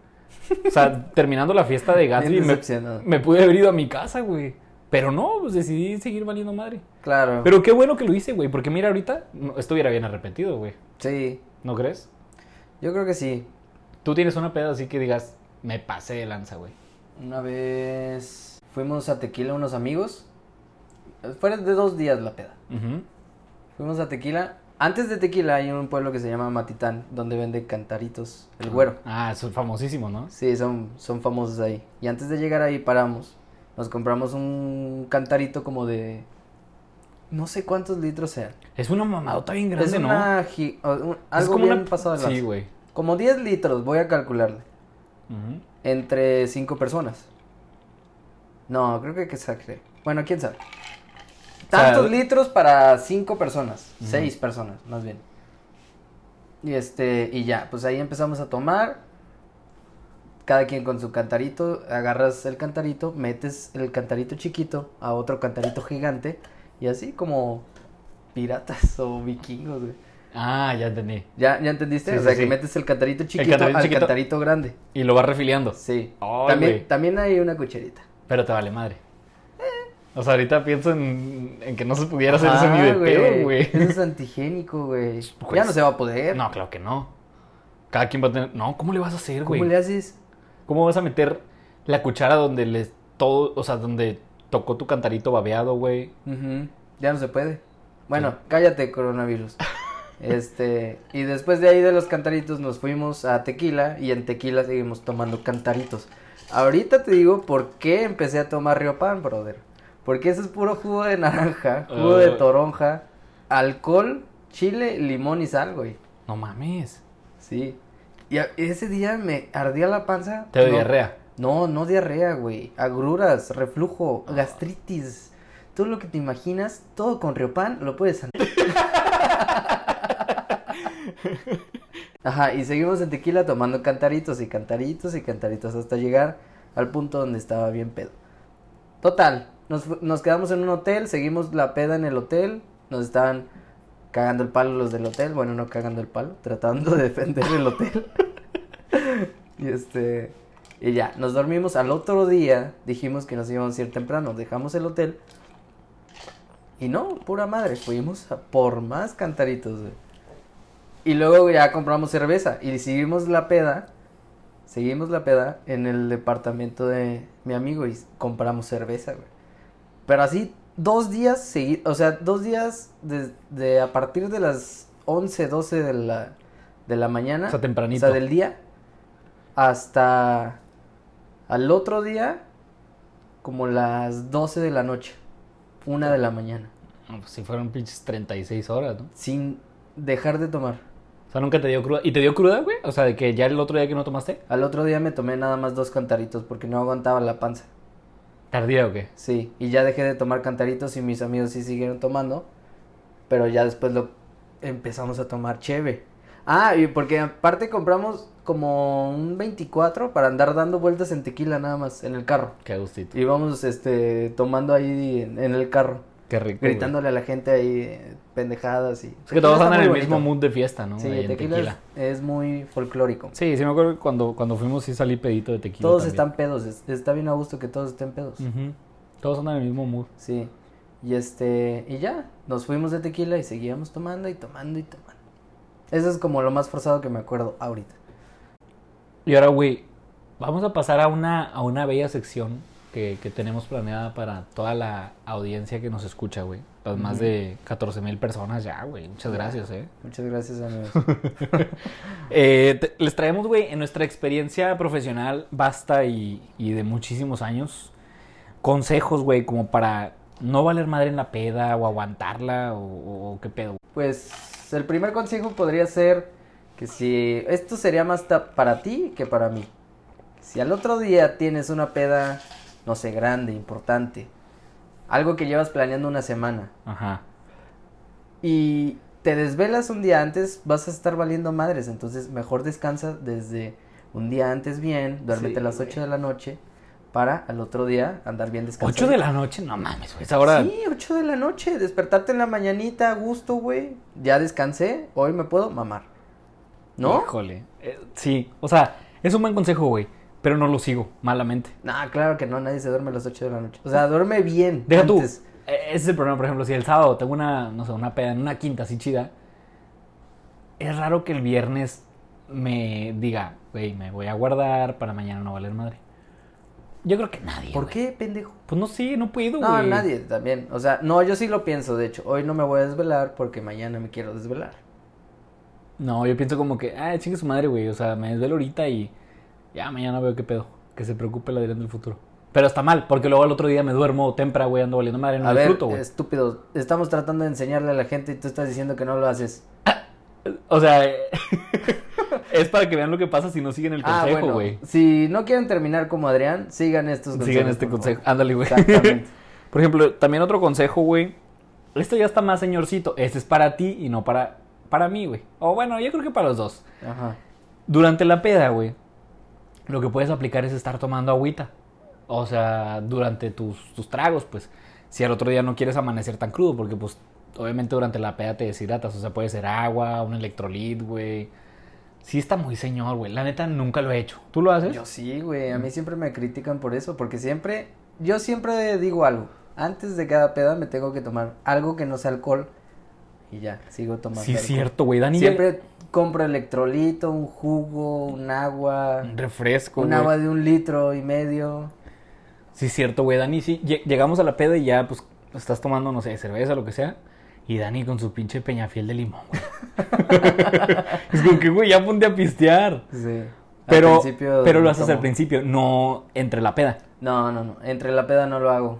Speaker 3: O sea, terminando la fiesta de Gatsby,
Speaker 4: Bien
Speaker 3: me,
Speaker 4: decepcionado.
Speaker 3: me pude haber ido a mi casa, güey. Pero no, pues decidí seguir valiendo madre.
Speaker 4: Claro.
Speaker 3: Pero qué bueno que lo hice, güey, porque mira, ahorita no, estuviera bien arrepentido, güey.
Speaker 4: Sí,
Speaker 3: ¿No crees?
Speaker 4: yo creo que sí.
Speaker 3: Tú tienes una peda así que digas, me pasé de lanza, güey.
Speaker 4: Una vez fuimos a Tequila unos amigos. Fueron de dos días la peda. Fuimos a Tequila. Antes de Tequila hay un pueblo que se llama Matitán, donde vende cantaritos, el güero.
Speaker 3: Ah, es famosísimo, ¿no?
Speaker 4: Sí, son, son famosos ahí. Y antes de llegar ahí paramos. Nos compramos un cantarito como de... No sé cuántos litros sean.
Speaker 3: Es una mamadota Ah, bien grande,
Speaker 4: es
Speaker 3: ¿no?
Speaker 4: una... gi- o un- algo
Speaker 3: como
Speaker 4: bien
Speaker 3: una-
Speaker 4: pasado de
Speaker 3: Sí,
Speaker 4: lanza.
Speaker 3: güey.
Speaker 4: Como 10 litros, voy a calcularle.
Speaker 3: Ujú.
Speaker 4: Entre cinco personas. No, creo que que exageré. Bueno, quién sabe. Tantos
Speaker 3: O sea,
Speaker 4: litros para cinco personas, seis personas, más bien. Y este, y ya, pues ahí empezamos a tomar. Cada quien con su cantarito, agarras el cantarito, metes el cantarito chiquito a otro cantarito gigante, y así como piratas o vikingos, güey.
Speaker 3: Ah, ya entendí.
Speaker 4: ¿Ya, ya entendiste?
Speaker 3: Sí,
Speaker 4: o
Speaker 3: sí,
Speaker 4: sea,
Speaker 3: sí.
Speaker 4: que metes el cantarito chiquito
Speaker 3: cantarito
Speaker 4: al
Speaker 3: chiquito.
Speaker 4: cantarito grande.
Speaker 3: Y lo vas refiliando.
Speaker 4: Sí.
Speaker 3: Ay, güey.
Speaker 4: también, también hay una cucharita.
Speaker 3: Pero te vale madre.
Speaker 4: Eh.
Speaker 3: O sea, ahorita pienso en, en que no se pudiera hacer eso
Speaker 4: Ah,
Speaker 3: ni de pedo, güey.
Speaker 4: Eso es antigénico, güey.
Speaker 3: Pues,
Speaker 4: ya no se va a poder.
Speaker 3: No, claro que no. Cada quien va a tener. No, ¿cómo le vas a hacer,
Speaker 4: ¿Cómo
Speaker 3: güey?
Speaker 4: le haces?
Speaker 3: ¿Cómo vas a meter la cuchara donde les todo, o sea, donde tocó tu cantarito babeado, güey?
Speaker 4: Ujú, Ya no se puede. Bueno, cállate, coronavirus. Este, y después de ahí de los cantaritos nos fuimos a tequila y en tequila seguimos tomando cantaritos. Ahorita te digo por qué empecé a tomar Río Pan, brother. Porque eso es puro jugo de naranja, jugo de
Speaker 3: Ah.
Speaker 4: toronja, alcohol, chile, limón y sal, güey.
Speaker 3: No mames.
Speaker 4: Sí. Y a- ese día me ardía la panza.
Speaker 3: Te doy
Speaker 4: no-
Speaker 3: diarrea.
Speaker 4: No, no diarrea, güey. Agruras, reflujo, gastritis. Todo lo que te imaginas, todo con Riopan, lo puedes sanar. Ajá, y seguimos en tequila tomando cantaritos y cantaritos y cantaritos hasta llegar al punto donde estaba bien pedo. Total, nos, fu- nos quedamos en un hotel, seguimos la peda en el hotel, nos estaban cagando el palo los del hotel, bueno, no cagando el palo, tratando de defender el hotel. y este, y ya, nos dormimos al otro día, dijimos que nos íbamos a ir temprano, dejamos el hotel. Y no, pura madre, fuimos a por más cantaritos. güey. Y luego ya compramos cerveza y seguimos la peda, seguimos la peda en el departamento de mi amigo y compramos cerveza, güey. Pero así, dos días seguidos, o sea, dos días de, de a partir de las 11, 12 de la, de la mañana.
Speaker 3: O sea, tempranito.
Speaker 4: O sea, del día hasta al otro día, como las 12 de la noche, una de la mañana,
Speaker 3: No, pues si fueron pinches 36 horas, ¿no?
Speaker 4: sin dejar de tomar.
Speaker 3: O sea, nunca te dio cruda. ¿Y te dio cruda, güey? O sea, de que ya el otro día que no tomaste.
Speaker 4: Al otro día me tomé nada más dos cantaritos porque no aguantaba la panza.
Speaker 3: ¿Tardía o qué?
Speaker 4: Sí, y ya dejé de tomar cantaritos y mis amigos sí siguieron tomando, pero ya después lo empezamos a tomar cheve. Ah, y porque aparte compramos como un 24 para andar dando vueltas en tequila nada más, en el carro.
Speaker 3: Qué gustito.
Speaker 4: Íbamos este, tomando ahí en, en el carro,
Speaker 3: Qué rico. güey.
Speaker 4: gritándole a la gente ahí eh, pendejadas y...
Speaker 3: Es que
Speaker 4: Tequila
Speaker 3: todos
Speaker 4: está
Speaker 3: andan en el
Speaker 4: muy
Speaker 3: mismo
Speaker 4: bonito.
Speaker 3: mood de fiesta, ¿no?
Speaker 4: Sí,
Speaker 3: Ahí en
Speaker 4: tequila,
Speaker 3: tequila.
Speaker 4: Es, es muy folclórico.
Speaker 3: Sí, sí me acuerdo que cuando, cuando fuimos sí salí pedito de tequila.
Speaker 4: todos
Speaker 3: también.
Speaker 4: están pedos, es- está bien a gusto que todos estén pedos.
Speaker 3: Ujú. Todos andan en el mismo mood.
Speaker 4: Sí. Y este, y ya, nos fuimos de tequila y seguíamos tomando y tomando y tomando. Eso es como lo más forzado que me acuerdo ahorita.
Speaker 3: Y ahora, güey, vamos a pasar a una, a una bella sección que, que tenemos planeada para toda la audiencia que nos escucha, güey. Las más de 14 mil personas ya, güey. Muchas gracias, eh.
Speaker 4: Muchas gracias, amigos.
Speaker 3: Eh, te- les traemos, güey, en nuestra experiencia profesional vasta y, y de muchísimos años, consejos, güey, como para no valer madre en la peda o aguantarla o, o qué pedo.
Speaker 4: Pues el primer consejo podría ser que si esto sería más ta- para ti que para mí. Si al otro día tienes una peda, no sé, grande, importante, algo que llevas planeando una semana
Speaker 3: Ajá.
Speaker 4: y te desvelas un día antes, vas a estar valiendo madres, entonces mejor descansa desde un día antes bien, duérmete a las 8 de la noche para al otro día andar bien descansado.
Speaker 3: ¿Ocho de la noche? No mames, güey. Esa hora...
Speaker 4: Sí, 8 de la noche, despertarte en la mañanita a gusto, güey. Ya descansé, hoy me puedo mamar. ¿No?
Speaker 3: Híjole. Eh, sí, o sea, es un buen consejo, güey, pero no lo sigo, malamente.
Speaker 4: No, claro que no, nadie se duerme a las 8 de la noche. O sea, duerme bien.
Speaker 3: Deja tú.
Speaker 4: antes.
Speaker 3: eh, Ese es el problema, por ejemplo, si el sábado tengo una, no sé, una peda en una quinta así chida, es raro que el viernes me diga, güey, me voy a guardar para mañana no valer madre. Yo creo que nadie.
Speaker 4: ¿Por
Speaker 3: güey.
Speaker 4: qué, pendejo?
Speaker 3: Pues no sé, no puedo,
Speaker 4: No,
Speaker 3: güey.
Speaker 4: nadie también. O sea, no, yo sí lo pienso, de hecho. Hoy no me voy a desvelar porque mañana me quiero desvelar.
Speaker 3: No, yo pienso como que, ah, chingue su madre, güey. O sea, me desvelo ahorita y ya mañana veo qué pedo. Que se preocupe la dirán del futuro. Pero está mal, porque luego al otro día me duermo temprano, güey, ando valiendo madre, no
Speaker 4: a ver,
Speaker 3: disfruto, güey.
Speaker 4: estúpido, estamos tratando de enseñarle a la gente y tú estás diciendo que no lo haces.
Speaker 3: O sea, eh, es para que vean lo que pasa si no siguen el consejo, güey.
Speaker 4: Ah, si no quieren terminar como Adrián, sigan estos consejos.
Speaker 3: Sigan este
Speaker 4: por favor.
Speaker 3: consejo. Ándale, güey.
Speaker 4: Exactamente.
Speaker 3: Por ejemplo, también otro consejo, güey, Esto ya está más señorcito. Este es para ti y no para, para mí, güey. O bueno, yo creo que para los dos.
Speaker 4: Ajá.
Speaker 3: Durante la peda, güey, lo que puedes aplicar es estar tomando agüita. O sea, durante tus, tus tragos, pues. Si al otro día no quieres amanecer tan crudo, porque pues obviamente durante la peda te deshidratas. O sea, puede ser agua, un electrolit, güey. Sí está muy señor, güey. La neta nunca lo he hecho. ¿Tú lo haces?
Speaker 4: Yo sí, güey. A mí siempre me critican por eso, porque siempre, yo siempre digo algo. Antes de cada peda me tengo que tomar algo que no sea alcohol y ya, sigo tomando.
Speaker 3: sí, es
Speaker 4: alcohol.
Speaker 3: cierto, güey. Dani ya-
Speaker 4: Siempre compro electrolito, un jugo, un agua,
Speaker 3: Un refresco,
Speaker 4: un
Speaker 3: güey.
Speaker 4: agua de un litro y medio.
Speaker 3: Sí, es cierto, güey. Dani, sí. lle- Llegamos a la peda y ya, pues, estás tomando, no sé, cerveza, lo que sea. Y Dani con su pinche peñafiel de limón, güey. es como que, güey, ya ponte a pistear.
Speaker 4: Sí. Al
Speaker 3: Pero,
Speaker 4: principio
Speaker 3: pero lo
Speaker 4: no
Speaker 3: haces al
Speaker 4: tomo.
Speaker 3: principio, no entre la peda.
Speaker 4: No, no, no. Entre la peda no lo hago.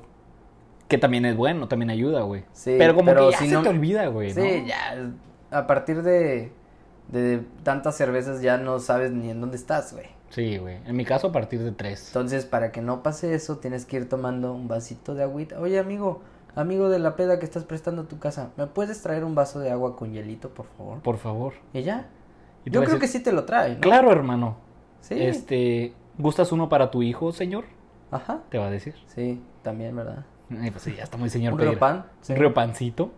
Speaker 3: Que también es bueno, también ayuda, güey.
Speaker 4: Sí,
Speaker 3: pero como
Speaker 4: pero
Speaker 3: que ya
Speaker 4: si
Speaker 3: se
Speaker 4: no-
Speaker 3: te olvida, güey.
Speaker 4: Sí,
Speaker 3: ¿no?
Speaker 4: ya. A partir de, de tantas cervezas ya no sabes ni en dónde estás, güey.
Speaker 3: Sí, güey. En mi caso, a partir de tres.
Speaker 4: Entonces, para que no pase eso, tienes que ir tomando un vasito de agüita. Oye, amigo, amigo de la peda que estás prestando a tu casa, ¿me puedes traer un vaso de agua con hielito, por favor?
Speaker 3: Por favor.
Speaker 4: Y ya.
Speaker 3: Y te
Speaker 4: Yo
Speaker 3: voy a
Speaker 4: creo que
Speaker 3: decir,
Speaker 4: sí te lo trae, ¿no?
Speaker 3: Claro, hermano.
Speaker 4: Sí.
Speaker 3: Este, ¿gustas uno para tu hijo, señor?
Speaker 4: Ajá.
Speaker 3: Te va a decir.
Speaker 4: Sí, también, ¿verdad?
Speaker 3: Ay, pues sí, ya está muy señor
Speaker 4: Un
Speaker 3: pedir.
Speaker 4: riopan, sí.
Speaker 3: Un riopancito.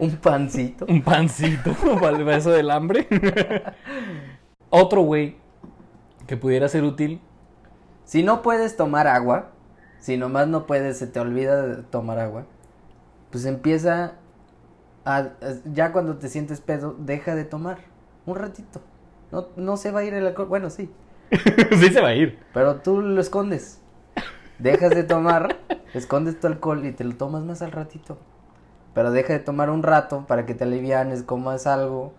Speaker 4: Un pancito.
Speaker 3: Un pancito para el beso del hambre. Otro güey que pudiera ser útil.
Speaker 4: Si no puedes tomar agua, si nomás no puedes, se te olvida de tomar agua, pues empieza a, a- ya cuando te sientes pedo, deja de tomar un ratito. No, no se va a ir el alcohol, bueno, sí,
Speaker 3: sí se va a ir.
Speaker 4: pero tú lo escondes. Dejas de tomar, escondes tu alcohol y te lo tomas más al ratito. Pero deja de tomar un rato para que te alivianes, comas algo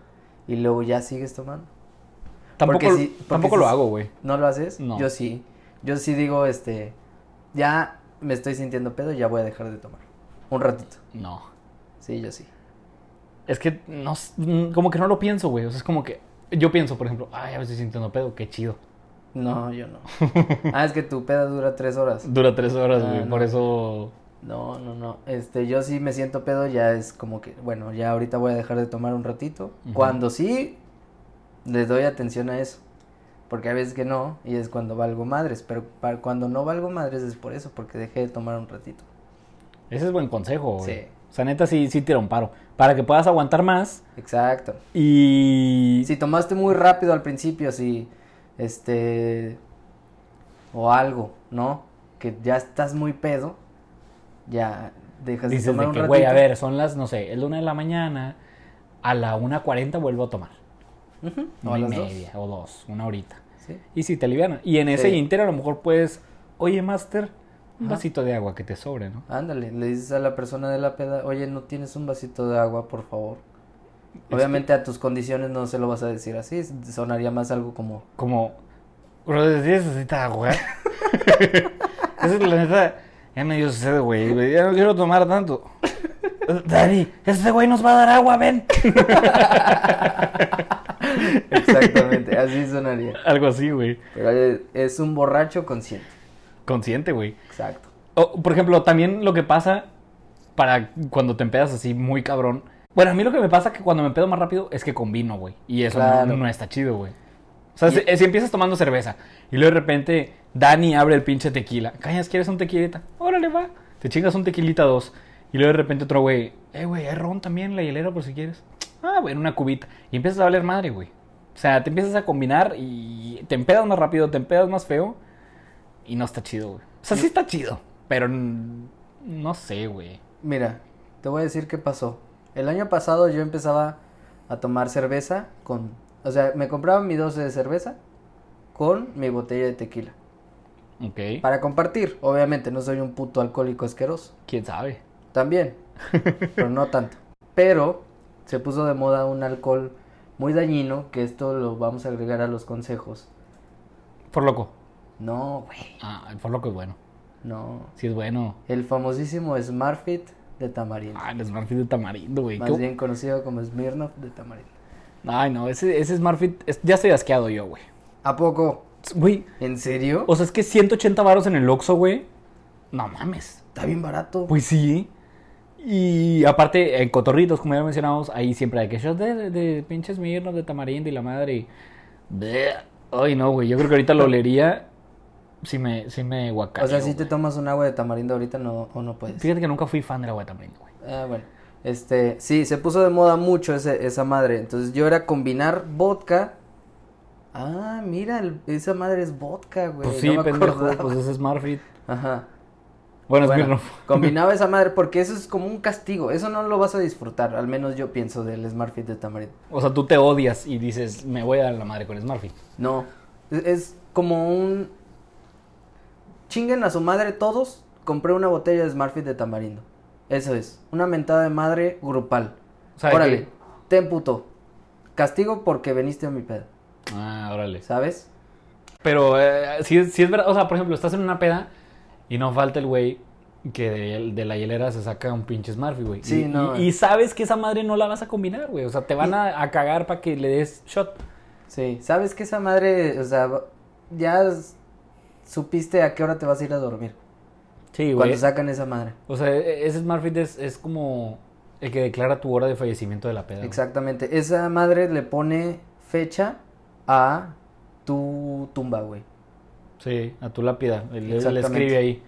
Speaker 4: y luego ya sigues tomando.
Speaker 3: Tampoco,
Speaker 4: Porque sí- porque
Speaker 3: tampoco
Speaker 4: sí-
Speaker 3: lo hago, güey.
Speaker 4: ¿No lo haces?
Speaker 3: No.
Speaker 4: Yo sí. Yo sí digo, este, ya me estoy sintiendo pedo, ya voy a dejar de tomar. Un ratito.
Speaker 3: No.
Speaker 4: Sí, yo sí.
Speaker 3: Es que no, s- mm, como que no lo pienso, güey. O sea, es como que yo pienso, por ejemplo, ay, ya me estoy sintiendo pedo, qué chido.
Speaker 4: No, yo no. ah, es que tu pedo dura tres horas.
Speaker 3: Dura tres horas,
Speaker 4: Ah,
Speaker 3: güey.
Speaker 4: no.
Speaker 3: Por eso.
Speaker 4: No, no, no. Este, yo sí me siento pedo, ya es como que, bueno, ya ahorita voy a dejar de tomar un ratito.
Speaker 3: Ujú.
Speaker 4: Cuando sí, les doy atención a eso. Porque a veces que no, y es cuando valgo madres. Pero para cuando no valgo madres es por eso, porque dejé de tomar un ratito.
Speaker 3: Ese es buen consejo, güey.
Speaker 4: Sí.
Speaker 3: O sea, neta, sí, sí tira un paro. Para que puedas aguantar más
Speaker 4: Exacto.
Speaker 3: y.
Speaker 4: Si tomaste muy rápido al principio, si este o algo, ¿no? Que ya estás muy pedo, ya dejas de
Speaker 3: Dices
Speaker 4: tomar
Speaker 3: de
Speaker 4: un
Speaker 3: que, güey, a
Speaker 4: ratito".
Speaker 3: ver, son las, no sé, es la una de la mañana, a la 1.40 vuelvo a tomar.
Speaker 4: Ujú, o
Speaker 3: Una
Speaker 4: a
Speaker 3: y
Speaker 4: las dos,
Speaker 3: media o dos, una horita.
Speaker 4: ¿sí?
Speaker 3: Y si te alivianan. Y en ese
Speaker 4: Sí.
Speaker 3: inter a lo mejor puedes, oye, Master, un
Speaker 4: Ajá.
Speaker 3: vasito de agua que te sobre, ¿no?
Speaker 4: Ándale, le dices a la persona de la peda, "Oye, no tienes un vasito de agua, por favor." Obviamente a tus condiciones no se lo vas a decir así, sonaría más algo como
Speaker 3: Como, brother, ¿sí necesitas agua? Esa es la neta, ya me dio sed, güey, güey, ya no quiero tomar tanto. Dani, este güey nos va a dar agua, ven.
Speaker 4: exactamente, así sonaría.
Speaker 3: Algo así, güey.
Speaker 4: Pero eh, es un borracho consciente.
Speaker 3: Consciente, güey.
Speaker 4: Exacto.
Speaker 3: O, por ejemplo, también lo que pasa para cuando te empedas así muy cabrón. Bueno, a mí lo que me pasa que cuando me empedo más rápido es que combino, güey. Y eso no-
Speaker 4: Claro.
Speaker 3: no, está chido, güey. O sea,
Speaker 4: Y-
Speaker 3: si, si empiezas tomando cerveza y luego de repente Dani abre el pinche tequila. Cañas, ¿quieres un tequilita? Órale, va. Te chingas un tequilita dos. Y luego de repente otro güey, eh, güey, hay ron también, la hielera por si quieres. Ah, bueno, una cubita. Y empiezas a valer madre, güey. O sea, te empiezas a combinar y te empedas más rápido, te empedas más feo. Y no está chido, güey. O sea, sí está chido, pero n- no sé, güey.
Speaker 4: Mira, te voy a decir qué pasó. El año pasado yo empezaba a tomar cerveza con... O sea, me compraba mi doce de cerveza con mi botella de tequila.
Speaker 3: Ok.
Speaker 4: Para compartir, obviamente, no soy un puto alcohólico asqueroso.
Speaker 3: ¿Quién sabe?
Speaker 4: También, pero no tanto. Pero se puso de moda un alcohol muy dañino, que esto lo vamos a agregar a los consejos.
Speaker 3: Por loco.
Speaker 4: No, güey,
Speaker 3: Ah, el por loco es bueno.
Speaker 4: no.
Speaker 3: Sí es bueno.
Speaker 4: El famosísimo Smartfit de tamarindo.
Speaker 3: Ah, el Smartfit de tamarindo, güey.
Speaker 4: Más
Speaker 3: Qué-
Speaker 4: bien conocido como Smirnoff de tamarindo.
Speaker 3: Ay, no, ese, ese Smartfit es- ya estoy asqueado yo, güey.
Speaker 4: ¿A poco?
Speaker 3: Güey,
Speaker 4: ¿En serio?
Speaker 3: o sea, es que 180 varos en el Oxxo, güey. No mames.
Speaker 4: Está bien barato.
Speaker 3: Pues sí. Y, Y aparte, en cotorritos, como ya mencionamos, ahí siempre hay que shots de, de pinches mirnos, de tamarindo y la madre. y- Bleh. Ay, no, güey. Yo creo que ahorita lo olería si me, si me guacaño,
Speaker 4: O sea, si te
Speaker 3: güey.
Speaker 4: tomas un agua de tamarindo ahorita no, o no puedes.
Speaker 3: Fíjate que nunca fui fan del agua de tamarindo, güey.
Speaker 4: Ah, bueno. Este, sí, se puso de moda mucho ese- esa madre. Entonces yo era combinar vodka. Ah, mira, el- esa madre es vodka, güey.
Speaker 3: Pues sí,
Speaker 4: no me
Speaker 3: pendejo,
Speaker 4: acordaba.
Speaker 3: pues ese es Marfit.
Speaker 4: Ajá.
Speaker 3: Bueno, es
Speaker 4: Bueno,
Speaker 3: Smirnoff.
Speaker 4: combinaba esa madre porque eso es como un castigo. Eso no lo vas a disfrutar, al menos yo pienso del Smartfit de tamarindo.
Speaker 3: O sea, tú te odias y dices, me voy a dar la madre con Smartfit.
Speaker 4: No, es, es como un... Chinguen a su madre todos, compré una botella de Smartfit de tamarindo. Eso es, una mentada de madre grupal.
Speaker 3: O sea, de
Speaker 4: Órale,
Speaker 3: que-
Speaker 4: te emputo. Castigo porque veniste a mi pedo,
Speaker 3: Ah, órale.
Speaker 4: ¿sabes?
Speaker 3: Pero eh, sí, es- sí es verdad. O sea, por ejemplo, estás en una peda y no falta el güey que de, de la hielera se saca un pinche Smurfy, güey.
Speaker 4: Sí,
Speaker 3: y,
Speaker 4: no, eh.
Speaker 3: y-
Speaker 4: güey.
Speaker 3: y sabes que esa madre no la vas a combinar, güey. O sea, te van a, a cagar para que le des shot.
Speaker 4: Sí, ¿sabes que esa madre, o sea, va- ya s- supiste a qué hora te vas a ir a dormir
Speaker 3: Sí,
Speaker 4: cuando sacan esa madre?
Speaker 3: O sea, e- ese Smurfy es, es como el que declara tu hora de fallecimiento de la peda. güey.
Speaker 4: Exactamente, esa madre le pone fecha a tu tumba, güey.
Speaker 3: Sí, a tu lápida. Le- Le, le
Speaker 4: Exactamente.
Speaker 3: escribe ahí.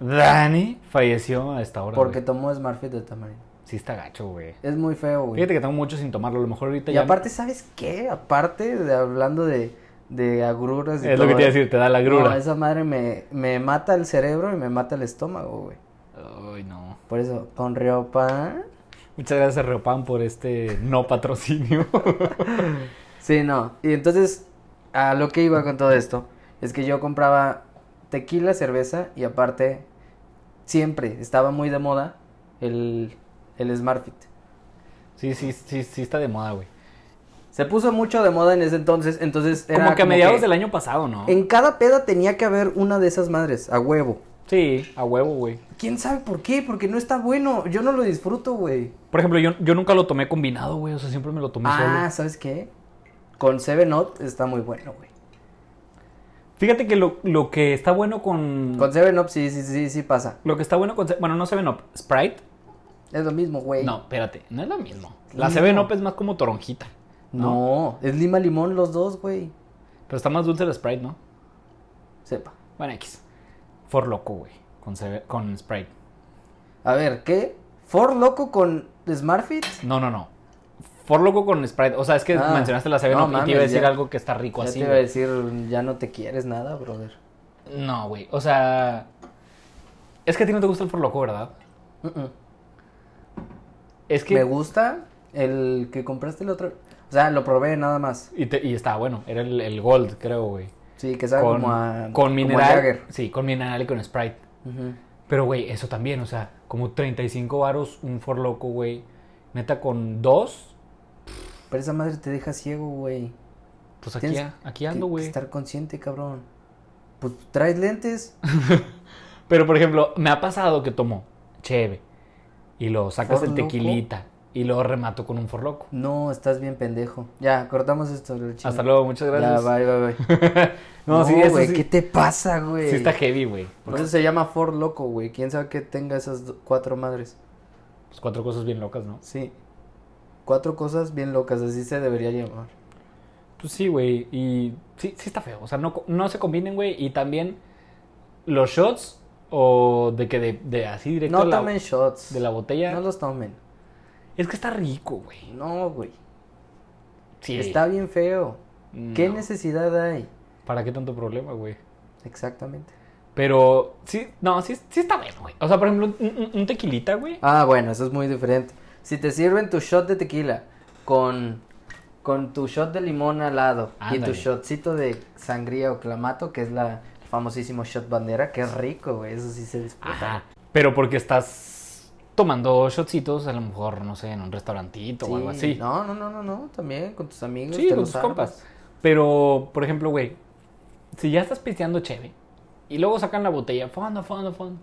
Speaker 3: Dani falleció a esta hora.
Speaker 4: Porque
Speaker 3: güey".
Speaker 4: tomó Smartfit de tamarindo.
Speaker 3: Sí está gacho, güey.
Speaker 4: Es muy feo, güey.
Speaker 3: Fíjate que tengo mucho sin tomarlo. A lo mejor ahorita
Speaker 4: Y
Speaker 3: ya...
Speaker 4: aparte, ¿sabes qué? Aparte, de, hablando de, de agruras y
Speaker 3: Es lo que
Speaker 4: todo
Speaker 3: te iba a
Speaker 4: eso,
Speaker 3: decir, te da la grura.
Speaker 4: no, esa madre me, me mata el cerebro y me mata el estómago, güey.
Speaker 3: Ay, no.
Speaker 4: Por eso, con riopa...
Speaker 3: Muchas gracias a Reopan por este no patrocinio.
Speaker 4: Sí, no. Y entonces, a lo que iba con todo esto, es que yo compraba tequila, cerveza y aparte, siempre estaba muy de moda el, el Smartfit.
Speaker 3: sí, sí, sí, sí está de moda, güey.
Speaker 4: Se puso mucho de moda en ese entonces, entonces era
Speaker 3: Como que a mediados
Speaker 4: que
Speaker 3: del año pasado, ¿no?
Speaker 4: En cada peda tenía que haber una de esas madres, a huevo.
Speaker 3: Sí, a huevo, güey.
Speaker 4: ¿Quién sabe por qué? Porque no está bueno. Yo no lo disfruto, güey.
Speaker 3: Por ejemplo, yo, yo nunca lo tomé combinado, güey. O sea, siempre me lo tomé
Speaker 4: Ah,
Speaker 3: solo.
Speaker 4: ¿sabes qué? Con Seven Up está muy bueno, güey.
Speaker 3: Fíjate que lo, lo que está bueno con...
Speaker 4: Con Seven Up sí, sí, sí, sí pasa.
Speaker 3: Lo que está bueno con... Bueno, no Seven Up. Sprite.
Speaker 4: Es lo mismo, güey.
Speaker 3: No, espérate. No es lo mismo. La
Speaker 4: No.
Speaker 3: Seven Up es más como toronjita.
Speaker 4: No, es lima limón los dos, güey.
Speaker 3: Pero está más dulce el Sprite, ¿no?
Speaker 4: Sepa.
Speaker 3: Bueno, X. For loco, güey. Con, Seven- con Sprite.
Speaker 4: A ver, ¿qué? ¿Ford loco con Smartfit?
Speaker 3: No, no, no. For loco con Sprite. O sea, es que
Speaker 4: Ah,
Speaker 3: mencionaste la Seven
Speaker 4: no
Speaker 3: Up y te
Speaker 4: mames,
Speaker 3: iba a decir
Speaker 4: ya.
Speaker 3: algo que está rico
Speaker 4: Ya
Speaker 3: así.
Speaker 4: te iba a
Speaker 3: güey.
Speaker 4: decir, ya no te quieres nada, brother.
Speaker 3: No, güey. O sea. Es que a ti no te gusta el For Loco, ¿verdad?
Speaker 4: Mm-mm.
Speaker 3: Es que.
Speaker 4: Me gusta el que compraste el otro. O sea, lo probé nada más.
Speaker 3: Y, te- y estaba bueno. Era el, el Gold, creo, güey.
Speaker 4: Sí, que sabe
Speaker 3: Con,
Speaker 4: como a. como
Speaker 3: con
Speaker 4: a
Speaker 3: mineral.
Speaker 4: Jagger.
Speaker 3: Sí, con mineral y con Sprite.
Speaker 4: Ujú.
Speaker 3: Pero, güey, eso también. O sea, como 35 varos, un For Loco, güey. Neta, con dos.
Speaker 4: Pero esa madre te deja ciego, güey.
Speaker 3: Pues aquí,
Speaker 4: Tienes
Speaker 3: aquí
Speaker 4: Que-
Speaker 3: ando,
Speaker 4: que
Speaker 3: güey.
Speaker 4: Estar consciente, cabrón. Pues traes lentes.
Speaker 3: Pero, por ejemplo, me ha pasado que tomo cheve y lo sacas
Speaker 4: ¿For
Speaker 3: el
Speaker 4: Loco?
Speaker 3: tequilita y lo remato con un For Loco.
Speaker 4: No, estás bien pendejo. Ya, cortamos esto. lo chino.
Speaker 3: Hasta luego, muchas gracias.
Speaker 4: Ya, bye, bye, bye.
Speaker 3: no,
Speaker 4: No,
Speaker 3: sí, eso
Speaker 4: güey,
Speaker 3: sí,
Speaker 4: ¿qué te pasa, güey?
Speaker 3: sí está heavy, güey.
Speaker 4: Por eso se llama Ford Loco, güey. ¿Quién sabe que tenga esas do- cuatro madres?
Speaker 3: Pues cuatro cosas bien locas, ¿no?
Speaker 4: Sí. Cuatro cosas bien locas, así se debería llamar.
Speaker 3: Pues sí, güey. Y sí, sí está feo. O sea, no, co- no se combinen, güey. Y también los shots o de que de, de así directo
Speaker 4: No
Speaker 3: de, la,
Speaker 4: tomen shots.
Speaker 3: de la botella.
Speaker 4: No los tomen.
Speaker 3: Es que está rico, güey.
Speaker 4: No, güey.
Speaker 3: Sí.
Speaker 4: Está bien feo.
Speaker 3: No.
Speaker 4: ¿Qué necesidad hay?
Speaker 3: ¿Para qué tanto problema, güey?
Speaker 4: Exactamente.
Speaker 3: Pero sí, no, sí, sí está bueno, güey. O sea, por ejemplo, un, un- un tequilita, güey.
Speaker 4: Ah, bueno, eso es muy diferente. Si te sirven tu shot de tequila con, con tu shot de limón al lado y
Speaker 3: Ándale.
Speaker 4: tu shotcito de sangría o clamato, que es la el famosísimo shot bandera, que es rico, güey, eso sí se disfruta.
Speaker 3: Ajá. Pero porque estás tomando shotsitos, a lo mejor, no sé, en un restaurantito
Speaker 4: Sí,
Speaker 3: Ah, o algo así.
Speaker 4: No, no, no, no, no, también con tus amigos,
Speaker 3: Sí,
Speaker 4: te
Speaker 3: con
Speaker 4: los
Speaker 3: tus compas.
Speaker 4: armas.
Speaker 3: Pero, por ejemplo, güey, si ya estás pisteando cheve y luego sacan la botella, fondo, fondo, fondo,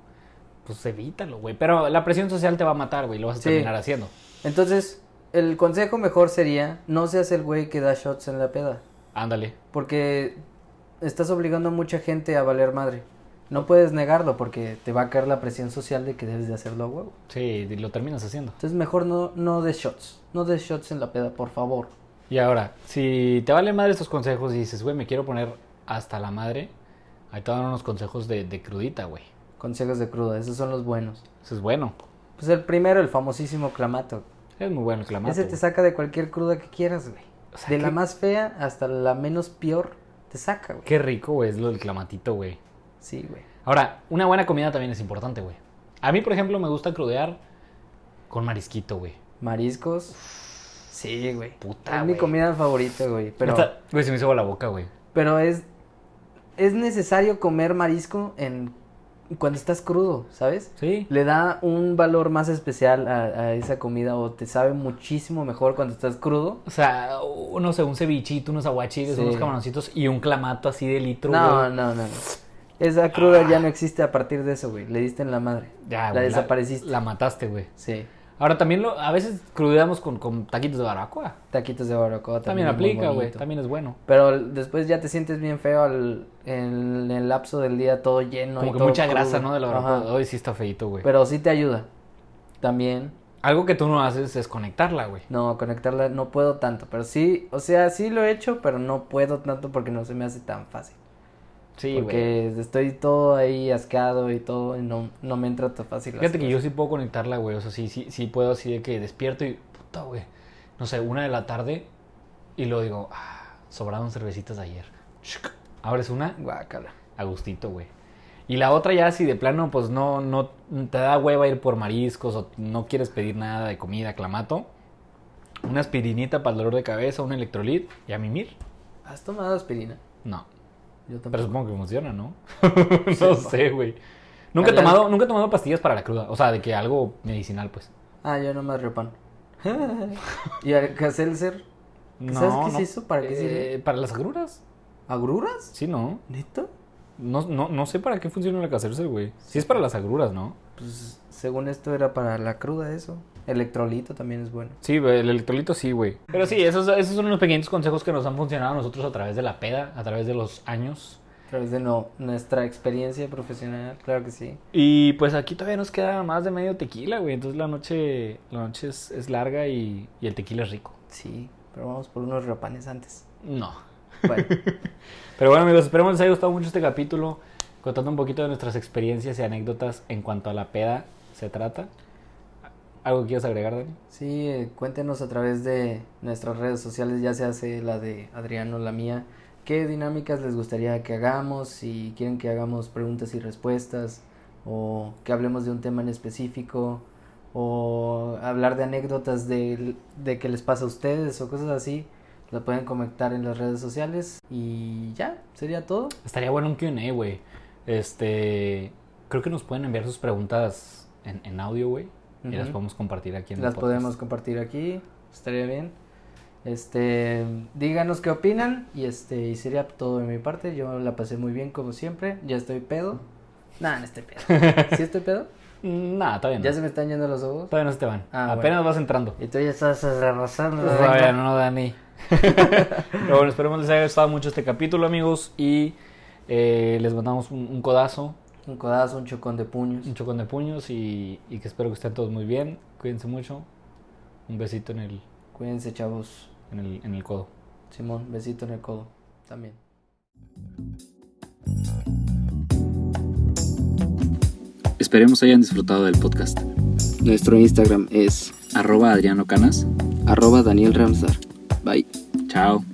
Speaker 3: pues evítalo, güey. Pero la presión social te va a matar, güey, lo vas a
Speaker 4: Sí.
Speaker 3: terminar haciendo.
Speaker 4: Entonces, el consejo mejor sería, no seas el güey que da shots en la peda,
Speaker 3: Ándale.
Speaker 4: porque estás obligando a mucha gente a valer madre. No puedes negarlo porque te va a caer la presión social de que debes de hacerlo a huevo.
Speaker 3: Sí, y lo terminas haciendo.
Speaker 4: Entonces mejor no, no des shots. No des shots en la peda, por favor.
Speaker 3: Y ahora, si te valen madre estos consejos y dices, güey, me quiero poner hasta la madre, ahí te van unos consejos de, de crudita, güey.
Speaker 4: Consejos de cruda, esos son los buenos.
Speaker 3: Eso es bueno.
Speaker 4: Pues el primero, el famosísimo clamato.
Speaker 3: Es muy bueno el clamato.
Speaker 4: Ese te
Speaker 3: güey.
Speaker 4: saca de cualquier cruda que quieras, güey.
Speaker 3: O sea,
Speaker 4: de la
Speaker 3: qué-
Speaker 4: más fea hasta la menos peor, te saca, güey.
Speaker 3: Qué rico, güey, es lo del clamatito, güey.
Speaker 4: Sí, güey.
Speaker 3: Ahora, una buena comida también es importante, güey. A mí, por ejemplo, me gusta crudear con marisquito, güey.
Speaker 4: Mariscos. Sí, güey.
Speaker 3: Puta,
Speaker 4: es mi
Speaker 3: güey.
Speaker 4: comida favorita, güey. Pero,
Speaker 3: Esta- Güey, se me hizo agua la boca, güey.
Speaker 4: pero es, es necesario comer marisco en cuando estás crudo, ¿sabes?
Speaker 3: Sí.
Speaker 4: Le da un valor más especial a, a esa comida o te sabe muchísimo mejor cuando estás crudo.
Speaker 3: O sea, u- no sé, un cevichito, unos aguachiles,
Speaker 4: Sí.
Speaker 3: unos camaroncitos y un clamato así de litro,
Speaker 4: No,
Speaker 3: güey.
Speaker 4: no, no, no. Esa cruda ya no existe a partir de eso, güey. Le diste en la madre.
Speaker 3: Ya,
Speaker 4: la
Speaker 3: güey,
Speaker 4: desapareciste.
Speaker 3: La mataste, güey.
Speaker 4: Sí.
Speaker 3: Ahora también lo, a veces crudeamos con, con taquitos de barbacoa.
Speaker 4: Taquitos de barbacoa también.
Speaker 3: También,
Speaker 4: es muy
Speaker 3: aplica, güey.
Speaker 4: bonito.
Speaker 3: También es bueno.
Speaker 4: Pero l- después ya te sientes bien feo al- en el lapso del día todo lleno. y
Speaker 3: Como que
Speaker 4: todo
Speaker 3: mucha
Speaker 4: crudo.
Speaker 3: grasa, ¿no? De la
Speaker 4: Ajá.
Speaker 3: barbacoa. Hoy sí está feito, güey.
Speaker 4: Pero sí te ayuda. También.
Speaker 3: Algo que tú no haces es conectarla, güey.
Speaker 4: No, conectarla no puedo tanto. Pero sí, o sea, sí lo he hecho, pero no puedo tanto porque no se me hace tan fácil.
Speaker 3: Sí, güey.
Speaker 4: porque estoy todo ahí asqueado y todo y no, no me entra tan fácil. las
Speaker 3: Fíjate que yo
Speaker 4: cosas.
Speaker 3: sí puedo conectarla, güey. O sea, sí, sí, sí puedo así de que despierto y, puta, güey. No sé, una de la tarde y luego digo, ah, sobraron cervecitas de ayer. Shuk. Abres una,
Speaker 4: Guácala.
Speaker 3: a gustito, güey. Y la otra ya, si de plano, pues no, no te da hueva ir por mariscos o no quieres pedir nada de comida, clamato. Una aspirinita para el dolor de cabeza, un electrolit y a mimir.
Speaker 4: ¿Has tomado aspirina?
Speaker 3: No,
Speaker 4: Yo tampoco.
Speaker 3: pero supongo que funciona, ¿no? no sé, güey. Nunca he,
Speaker 4: Ojalá.
Speaker 3: tomado, nunca he tomado pastillas para la cruda. O sea, de que algo medicinal, pues.
Speaker 4: Ah, yo nomás repan. ¿Y Alka-Seltzer? ¿Sabes qué es eso? ¿Para qué sirve?
Speaker 3: Eh, para las agruras.
Speaker 4: ¿Agruras?
Speaker 3: Sí, ¿no?
Speaker 4: ¿Neto?
Speaker 3: No, no, no sé para qué funciona la cacerse, güey. Sí es para las agruras, ¿no?
Speaker 4: Pues según esto era para la cruda eso. Electrolito también es bueno.
Speaker 3: Sí, güey, el electrolito sí, güey. Pero sí, esos, esos son unos pequeños consejos que nos han funcionado a nosotros a través de la peda, a través de los años.
Speaker 4: A través de no, nuestra experiencia profesional, claro que sí.
Speaker 3: Y pues aquí todavía nos queda más de medio tequila, güey. Entonces la noche, la noche es, es larga y, y el tequila es rico.
Speaker 4: Sí, pero vamos por unos rapanes antes.
Speaker 3: No.
Speaker 4: Bueno,
Speaker 3: Pero bueno, amigos, esperemos les haya gustado mucho este capítulo, contando un poquito de nuestras experiencias y anécdotas en cuanto a la peda se trata. ¿Algo que quieras agregar, Dani?
Speaker 4: sí, eh, cuéntenos a través de nuestras redes sociales, ya se hace la de Adriano, la mía. ¿Qué dinámicas les gustaría que hagamos? Si quieren que hagamos preguntas y respuestas, o que hablemos de un tema en específico, o hablar de anécdotas de, de que les pasa a ustedes o cosas así, la pueden comentar en las redes sociales y ya, sería todo.
Speaker 3: Estaría bueno un Q&A, güey. Este, creo que nos pueden enviar sus preguntas en, en audio, güey. Y las
Speaker 4: Ujú.
Speaker 3: podemos compartir aquí en el
Speaker 4: Las
Speaker 3: podcast.
Speaker 4: podemos compartir aquí, estaría bien. Este, díganos qué opinan y este, y sería todo de mi parte. Yo la pasé muy bien como siempre. Ya estoy pedo. Nah, no estoy pedo. ¿Sí estoy pedo?
Speaker 3: Mm, Nah, todavía no.
Speaker 4: Ya se me están yendo los ojos.
Speaker 3: Todavía no se te van.
Speaker 4: Ah, Pues
Speaker 3: Apenas vas entrando.
Speaker 4: Y tú ya estás arrasando. la
Speaker 3: Todavía
Speaker 4: regla.
Speaker 3: no, Dani. Pero bueno, esperemos les haya gustado mucho este capítulo, amigos. Y eh, les mandamos un, un codazo,
Speaker 4: Un codazo, un chocón de puños.
Speaker 3: un chocón de puños. Y, y que espero que estén todos muy bien. Cuídense mucho. Un besito en el,
Speaker 4: Cuídense, chavos.
Speaker 3: en el, en el codo.
Speaker 4: Simón, besito en el codo. También.
Speaker 1: Esperemos hayan disfrutado del podcast.
Speaker 2: Nuestro Instagram es
Speaker 1: Arroba Adriano Canas.
Speaker 2: arroba Daniel Ramsar. Bye.
Speaker 1: Chao.